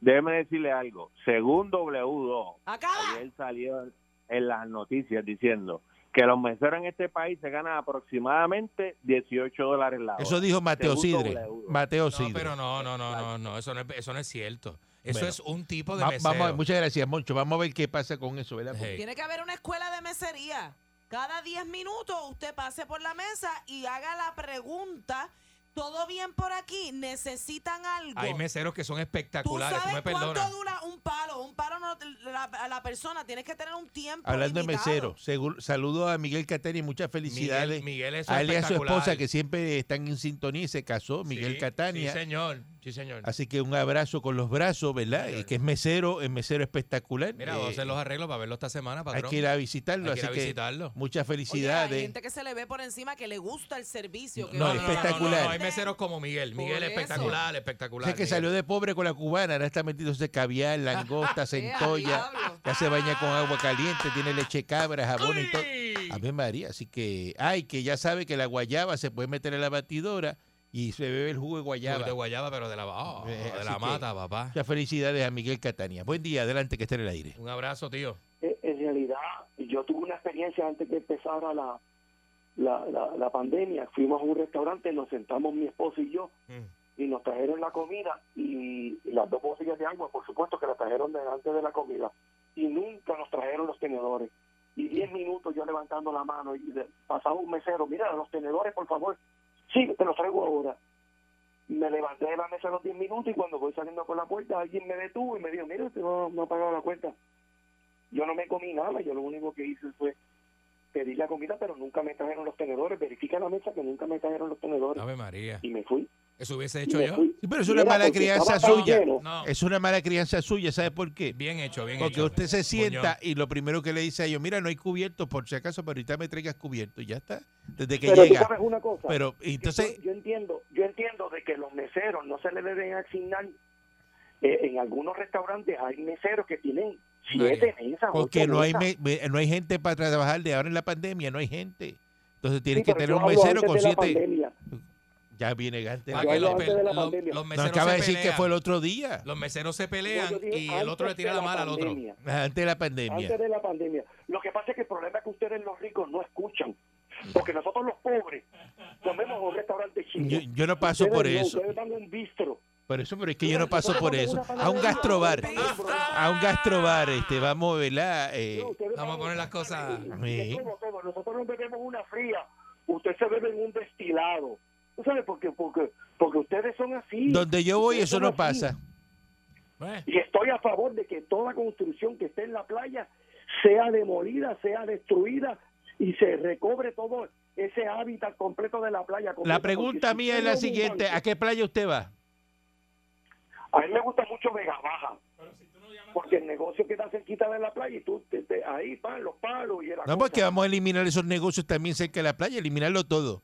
Speaker 7: déjeme decirle algo. Según W2,
Speaker 4: Acaba.
Speaker 7: ayer salió en las noticias diciendo que los meseros en este país se ganan aproximadamente 18 dólares la hora.
Speaker 1: Eso dijo Mateo
Speaker 7: Segundo
Speaker 1: Sidre.
Speaker 7: W.
Speaker 1: Mateo
Speaker 3: No,
Speaker 1: Sidre.
Speaker 3: pero no, no, no, no, no, eso no es, eso no es cierto. Eso
Speaker 1: Bueno.
Speaker 3: es un tipo de
Speaker 1: Va-
Speaker 3: mesero.
Speaker 1: vamos a ver, muchas gracias, Moncho. Vamos a ver qué pasa con eso, ¿verdad?
Speaker 3: Hey.
Speaker 4: Tiene que haber una escuela de mesería. Cada 10 minutos usted pase por la mesa y haga la pregunta. ¿Todo bien por aquí? ¿Necesitan algo?
Speaker 3: Hay meseros que son
Speaker 4: ¿Tú
Speaker 3: espectaculares, tú
Speaker 4: sabes
Speaker 3: me
Speaker 4: cuánto
Speaker 3: perdonas.
Speaker 4: dura un palo? Un palo no, la, la persona tienes que tener un tiempo
Speaker 1: Hablando de
Speaker 4: limitado.
Speaker 1: mesero, segu- saludo a Miguel Catani, muchas felicidades.
Speaker 3: Miguel, Miguel es
Speaker 1: a él y a su
Speaker 3: espectacular.
Speaker 1: esposa que siempre están en sintonía y se casó, Miguel
Speaker 3: Sí,
Speaker 1: Catania.
Speaker 3: Sí, señor. Sí, señor.
Speaker 1: Así que un abrazo con los brazos, ¿verdad?
Speaker 3: Señor.
Speaker 1: Eh, que es mesero, es mesero espectacular.
Speaker 3: Mira,
Speaker 1: Eh,
Speaker 3: vamos a hacer los arreglos para verlo esta semana,
Speaker 1: hay
Speaker 3: patrón.
Speaker 1: que ir a visitarlo,
Speaker 3: Hay que ir
Speaker 1: así
Speaker 3: a
Speaker 1: que
Speaker 3: visitarlo.
Speaker 1: muchas
Speaker 4: Oye, hay
Speaker 1: felicidades.
Speaker 4: gente que se le ve por encima que le gusta el servicio. que
Speaker 1: No,
Speaker 4: va a
Speaker 1: es
Speaker 4: la
Speaker 1: espectacular.
Speaker 3: no, hay meseros como Miguel.
Speaker 4: Por
Speaker 3: Miguel
Speaker 4: eso.
Speaker 3: espectacular,
Speaker 1: Sé
Speaker 3: espectacular.
Speaker 1: que
Speaker 3: Miguel.
Speaker 1: salió de pobre con la cubana, ahora está metiéndose
Speaker 3: (laughs)
Speaker 1: caviar, langosta,
Speaker 4: Eh, al
Speaker 1: centolla,
Speaker 4: diablo.
Speaker 1: ya se baña con agua caliente, tiene leche cabra, jabón y todo.
Speaker 3: ¡Uy!
Speaker 1: Ave María, así que, ay, que ya sabe que la guayaba se puede meter en la batidora y se bebe el jugo de guayaba.
Speaker 3: De guayaba, pero de la, oh,
Speaker 1: Eh,
Speaker 3: de
Speaker 1: así
Speaker 3: la
Speaker 1: que-
Speaker 3: mata, papá.
Speaker 1: Muchas felicidades a Miguel Catania. Buen día, adelante que esté en el aire.
Speaker 3: Un abrazo, tío.
Speaker 8: Eh, en realidad, yo tuve una experiencia antes que empezara la, la, la, la pandemia. Fuimos a un restaurante, nos sentamos mi esposo y yo, y nos trajeron la comida y las dos botellas de agua, por supuesto que las trajeron delante de la comida. Y nunca nos trajeron los tenedores. Y diez minutos yo levantando la mano y de- pasaba un mesero, mira, los tenedores, por favor. Sí, te los traigo ahora. Me levanté de la mesa los diez minutos y cuando voy saliendo por la puerta, alguien me detuvo y me dijo, mira, usted no, no ha pagado la cuenta yo no me comí nada, yo lo único que hice fue pedir la comida, pero nunca me trajeron los tenedores, verifica la mesa que nunca me trajeron los tenedores
Speaker 3: Ave María.
Speaker 8: y me fui.
Speaker 3: ¿Eso hubiese
Speaker 8: Y
Speaker 3: hecho
Speaker 8: me
Speaker 3: yo?
Speaker 8: fui.
Speaker 1: Sí, pero es
Speaker 8: Y
Speaker 1: una
Speaker 8: era
Speaker 1: mala
Speaker 8: porque
Speaker 1: crianza
Speaker 8: estaba tan
Speaker 1: suya.
Speaker 8: lleno.
Speaker 3: No,
Speaker 1: Es una mala crianza suya, ¿sabe por qué?
Speaker 3: bien hecho, bien
Speaker 1: Porque
Speaker 3: hecho.
Speaker 1: usted se sienta
Speaker 3: Muñoz.
Speaker 1: y lo primero que le dice a ellos, mira, no hay cubiertos por si acaso, pero ahorita me traigas cubiertos y ya está. Desde que
Speaker 8: Pero tú
Speaker 1: llega.
Speaker 8: sabes una cosa,
Speaker 1: Pero y
Speaker 8: que
Speaker 1: entonces,
Speaker 8: yo, yo entiendo, yo entiendo de que los meseros no se le deben asignar. eh, en algunos restaurantes hay meseros que tienen siete mesas,
Speaker 1: porque
Speaker 8: ocho
Speaker 1: no hay,
Speaker 8: mesas.
Speaker 1: me- me- no hay gente para trabajar de ahora en la pandemia, no hay gente. Entonces
Speaker 8: Sí,
Speaker 1: tienes que
Speaker 8: pero
Speaker 1: tener
Speaker 8: yo
Speaker 1: un
Speaker 8: hablo
Speaker 1: mesero
Speaker 8: antes
Speaker 1: con
Speaker 8: de la
Speaker 1: siete.
Speaker 8: pandemia.
Speaker 1: Ya viene gante.
Speaker 3: Pa'
Speaker 8: Yo
Speaker 3: que
Speaker 8: hablo
Speaker 3: los,
Speaker 8: antes de la
Speaker 3: pe- los-
Speaker 8: pandemia.
Speaker 3: los
Speaker 1: No
Speaker 3: meseros
Speaker 1: acaba
Speaker 3: se
Speaker 1: de decir que
Speaker 3: pelean.
Speaker 1: fue el otro día,
Speaker 3: Los meseros se pelean
Speaker 8: Yo dije
Speaker 3: y el otro le
Speaker 8: antes
Speaker 3: tira
Speaker 8: de
Speaker 3: la mala al otro.
Speaker 8: pandemia.
Speaker 1: antes de la pandemia.
Speaker 8: Antes de la pandemia. Lo que pasa es que el problema es que ustedes los ricos no escuchan. Porque nosotros los pobres comemos en un restaurante chino.
Speaker 1: Yo, yo no paso
Speaker 8: Ustedes
Speaker 1: por
Speaker 8: no,
Speaker 1: eso.
Speaker 8: Ustedes van a un bistro.
Speaker 1: Por eso, pero es que yo no paso por eso.
Speaker 8: Ustedes van
Speaker 1: A un
Speaker 8: una
Speaker 1: gastrobar.
Speaker 8: panadería, un bistro.
Speaker 1: A un gastrobar, este, vamos, ¿verdad? Eh,
Speaker 8: No, ustedes
Speaker 3: Vamos a
Speaker 8: van
Speaker 3: poner las cosas.
Speaker 8: Y todo, todo. Nosotros nos bebemos una fría. Ustedes se beben un destilado. ¿Tú sabes por qué? Porque, porque ustedes son así.
Speaker 1: donde yo voy,
Speaker 8: Ustedes
Speaker 1: eso
Speaker 8: son
Speaker 1: no
Speaker 8: así.
Speaker 1: pasa.
Speaker 3: Eh,
Speaker 8: Y estoy a favor de que toda construcción que esté en la playa sea demolida, sea destruida y se recobre todo ese hábitat completo de la playa.
Speaker 1: La
Speaker 8: completo, porque
Speaker 1: pregunta
Speaker 8: si
Speaker 1: mía
Speaker 8: usted
Speaker 1: es la
Speaker 8: ve un
Speaker 1: siguiente,
Speaker 8: banco-
Speaker 1: ¿a qué playa usted va?
Speaker 7: A mí me gusta mucho Vega Baja. Porque el negocio queda cerquita de la playa y tú te, te- ahí, pan, los palos y el
Speaker 1: No, porque vamos a eliminar esos negocios también cerca de la playa, eliminarlo todo.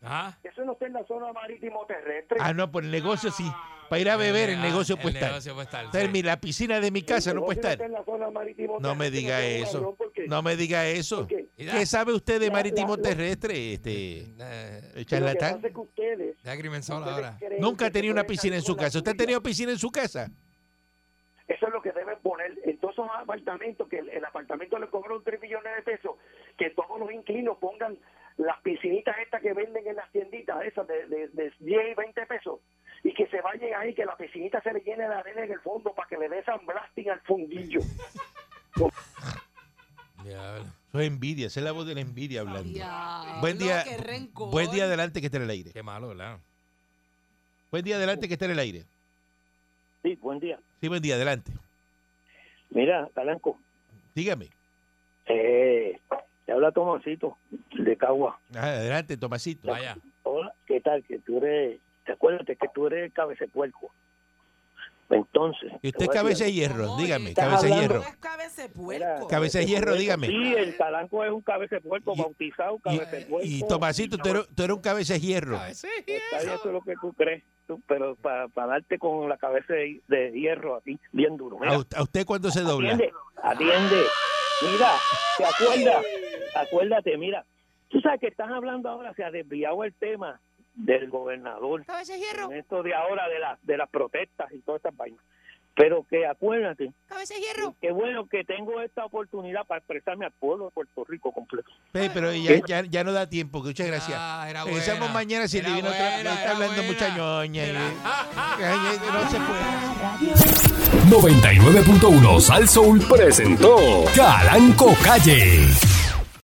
Speaker 3: Ajá.
Speaker 7: Eso no está en la zona marítimo terrestre.
Speaker 1: Ah, no, por el negocio sí. Para ir a beber, el
Speaker 3: Ah,
Speaker 1: negocio puede
Speaker 3: El
Speaker 1: estar.
Speaker 3: negocio puede estar.
Speaker 1: Está en
Speaker 3: sí.
Speaker 1: mi- la piscina de mi casa, no puede
Speaker 7: Está
Speaker 1: estar.
Speaker 7: en la zona marítimo
Speaker 1: No me
Speaker 7: terrestre,
Speaker 1: diga
Speaker 7: tengo un
Speaker 1: eso.
Speaker 7: avión porque-
Speaker 1: No me diga eso.
Speaker 7: porque lo
Speaker 3: Mira,
Speaker 1: ¿Qué sabe usted de
Speaker 7: la-
Speaker 1: marítimo
Speaker 7: la-
Speaker 1: terrestre, este
Speaker 3: eh,
Speaker 1: el
Speaker 7: que
Speaker 1: charlatán?
Speaker 7: pasa es que ustedes-
Speaker 3: lágrima en sol
Speaker 7: ustedes
Speaker 3: ahora.
Speaker 7: creen
Speaker 1: Nunca
Speaker 7: que
Speaker 1: ha tenido
Speaker 7: se
Speaker 1: una
Speaker 7: pueden
Speaker 1: piscina en
Speaker 7: salir
Speaker 1: su
Speaker 7: con la
Speaker 1: casa. ¿Usted ha
Speaker 7: suya.
Speaker 1: tenido piscina en su casa?
Speaker 7: Eso es lo que deben poner. Entonces, un apartamento, que el, el apartamento le cobró 3 millones de pesos, que todos los inquilinos pongan las piscinitas estas que venden en las tienditas, esas de, de, de 10 y 20 pesos, y que se vayan ahí, que la piscinita se le llene de arena en el fondo para que le dé San Blasting al fundillo.
Speaker 3: Diablo.
Speaker 1: Eso es envidia, esa es la voz de la envidia hablando.
Speaker 4: Diablo,
Speaker 1: Buen día.
Speaker 4: qué rencor.
Speaker 1: Buen día adelante que esté en el aire.
Speaker 3: Qué malo, ¿verdad?
Speaker 1: Buen día adelante que esté en el aire.
Speaker 7: Sí, buen día.
Speaker 1: Sí, buen día adelante.
Speaker 7: Mira, Talanco,
Speaker 1: Dígame.
Speaker 7: eh, te habla Tomasito de Cagua.
Speaker 1: Ah, Adelante, Tomasito.
Speaker 3: Vaya.
Speaker 7: Hola, ¿qué tal? Que tú eres, te acuérdate que tú eres cabecepuerco. Entonces.
Speaker 1: Y
Speaker 7: te
Speaker 1: usted
Speaker 7: voy a
Speaker 1: cabeza
Speaker 7: decir-
Speaker 1: de hierro,
Speaker 4: Oye,
Speaker 1: dígame,
Speaker 7: estás
Speaker 1: cabeza de
Speaker 7: hablando-
Speaker 1: hierro.
Speaker 4: No es cabeza de
Speaker 7: Mira, este
Speaker 4: puerco.
Speaker 1: Cabeza de hierro, dígame.
Speaker 7: Sí, el talanco es un cabecepuerco
Speaker 1: Y-
Speaker 7: bautizado, cabecepuerco.
Speaker 1: Y, y Tomasito, tú eres, tú eres un cabeza de hierro.
Speaker 7: Está bien, eso es lo que tú crees, tú, pero para darte con la cabeza de, de hierro a ti, bien duro.
Speaker 1: ¿A
Speaker 7: Mira,
Speaker 1: usted, a usted cuándo se dobla?
Speaker 7: atiende, atiende. Mira, ¿te acuerdas? Acuérdate, mira. Tú sabes que estás hablando ahora, se ha desviado el tema del gobernador.
Speaker 9: Cabeza de hierro,
Speaker 7: con esto de ahora, de, las de las protestas y todas estas vainas. Pero que acuérdate,
Speaker 9: cabeza de hierro.
Speaker 7: que bueno que tengo esta oportunidad para expresarme al pueblo de Puerto Rico completo.
Speaker 1: Pe- pero ya, ya, ya no da tiempo, que muchas gracias.
Speaker 3: Ah, era
Speaker 1: Regresamos
Speaker 3: buena.
Speaker 1: mañana si el
Speaker 3: Era
Speaker 1: divino otra-
Speaker 3: buena,
Speaker 1: está
Speaker 3: era
Speaker 1: hablando
Speaker 3: buena.
Speaker 1: mucha ñoña. y-
Speaker 3: Era-
Speaker 1: Ay, ay, no se puede.
Speaker 10: 99.1 Sal Soul presentó Calanco Calle.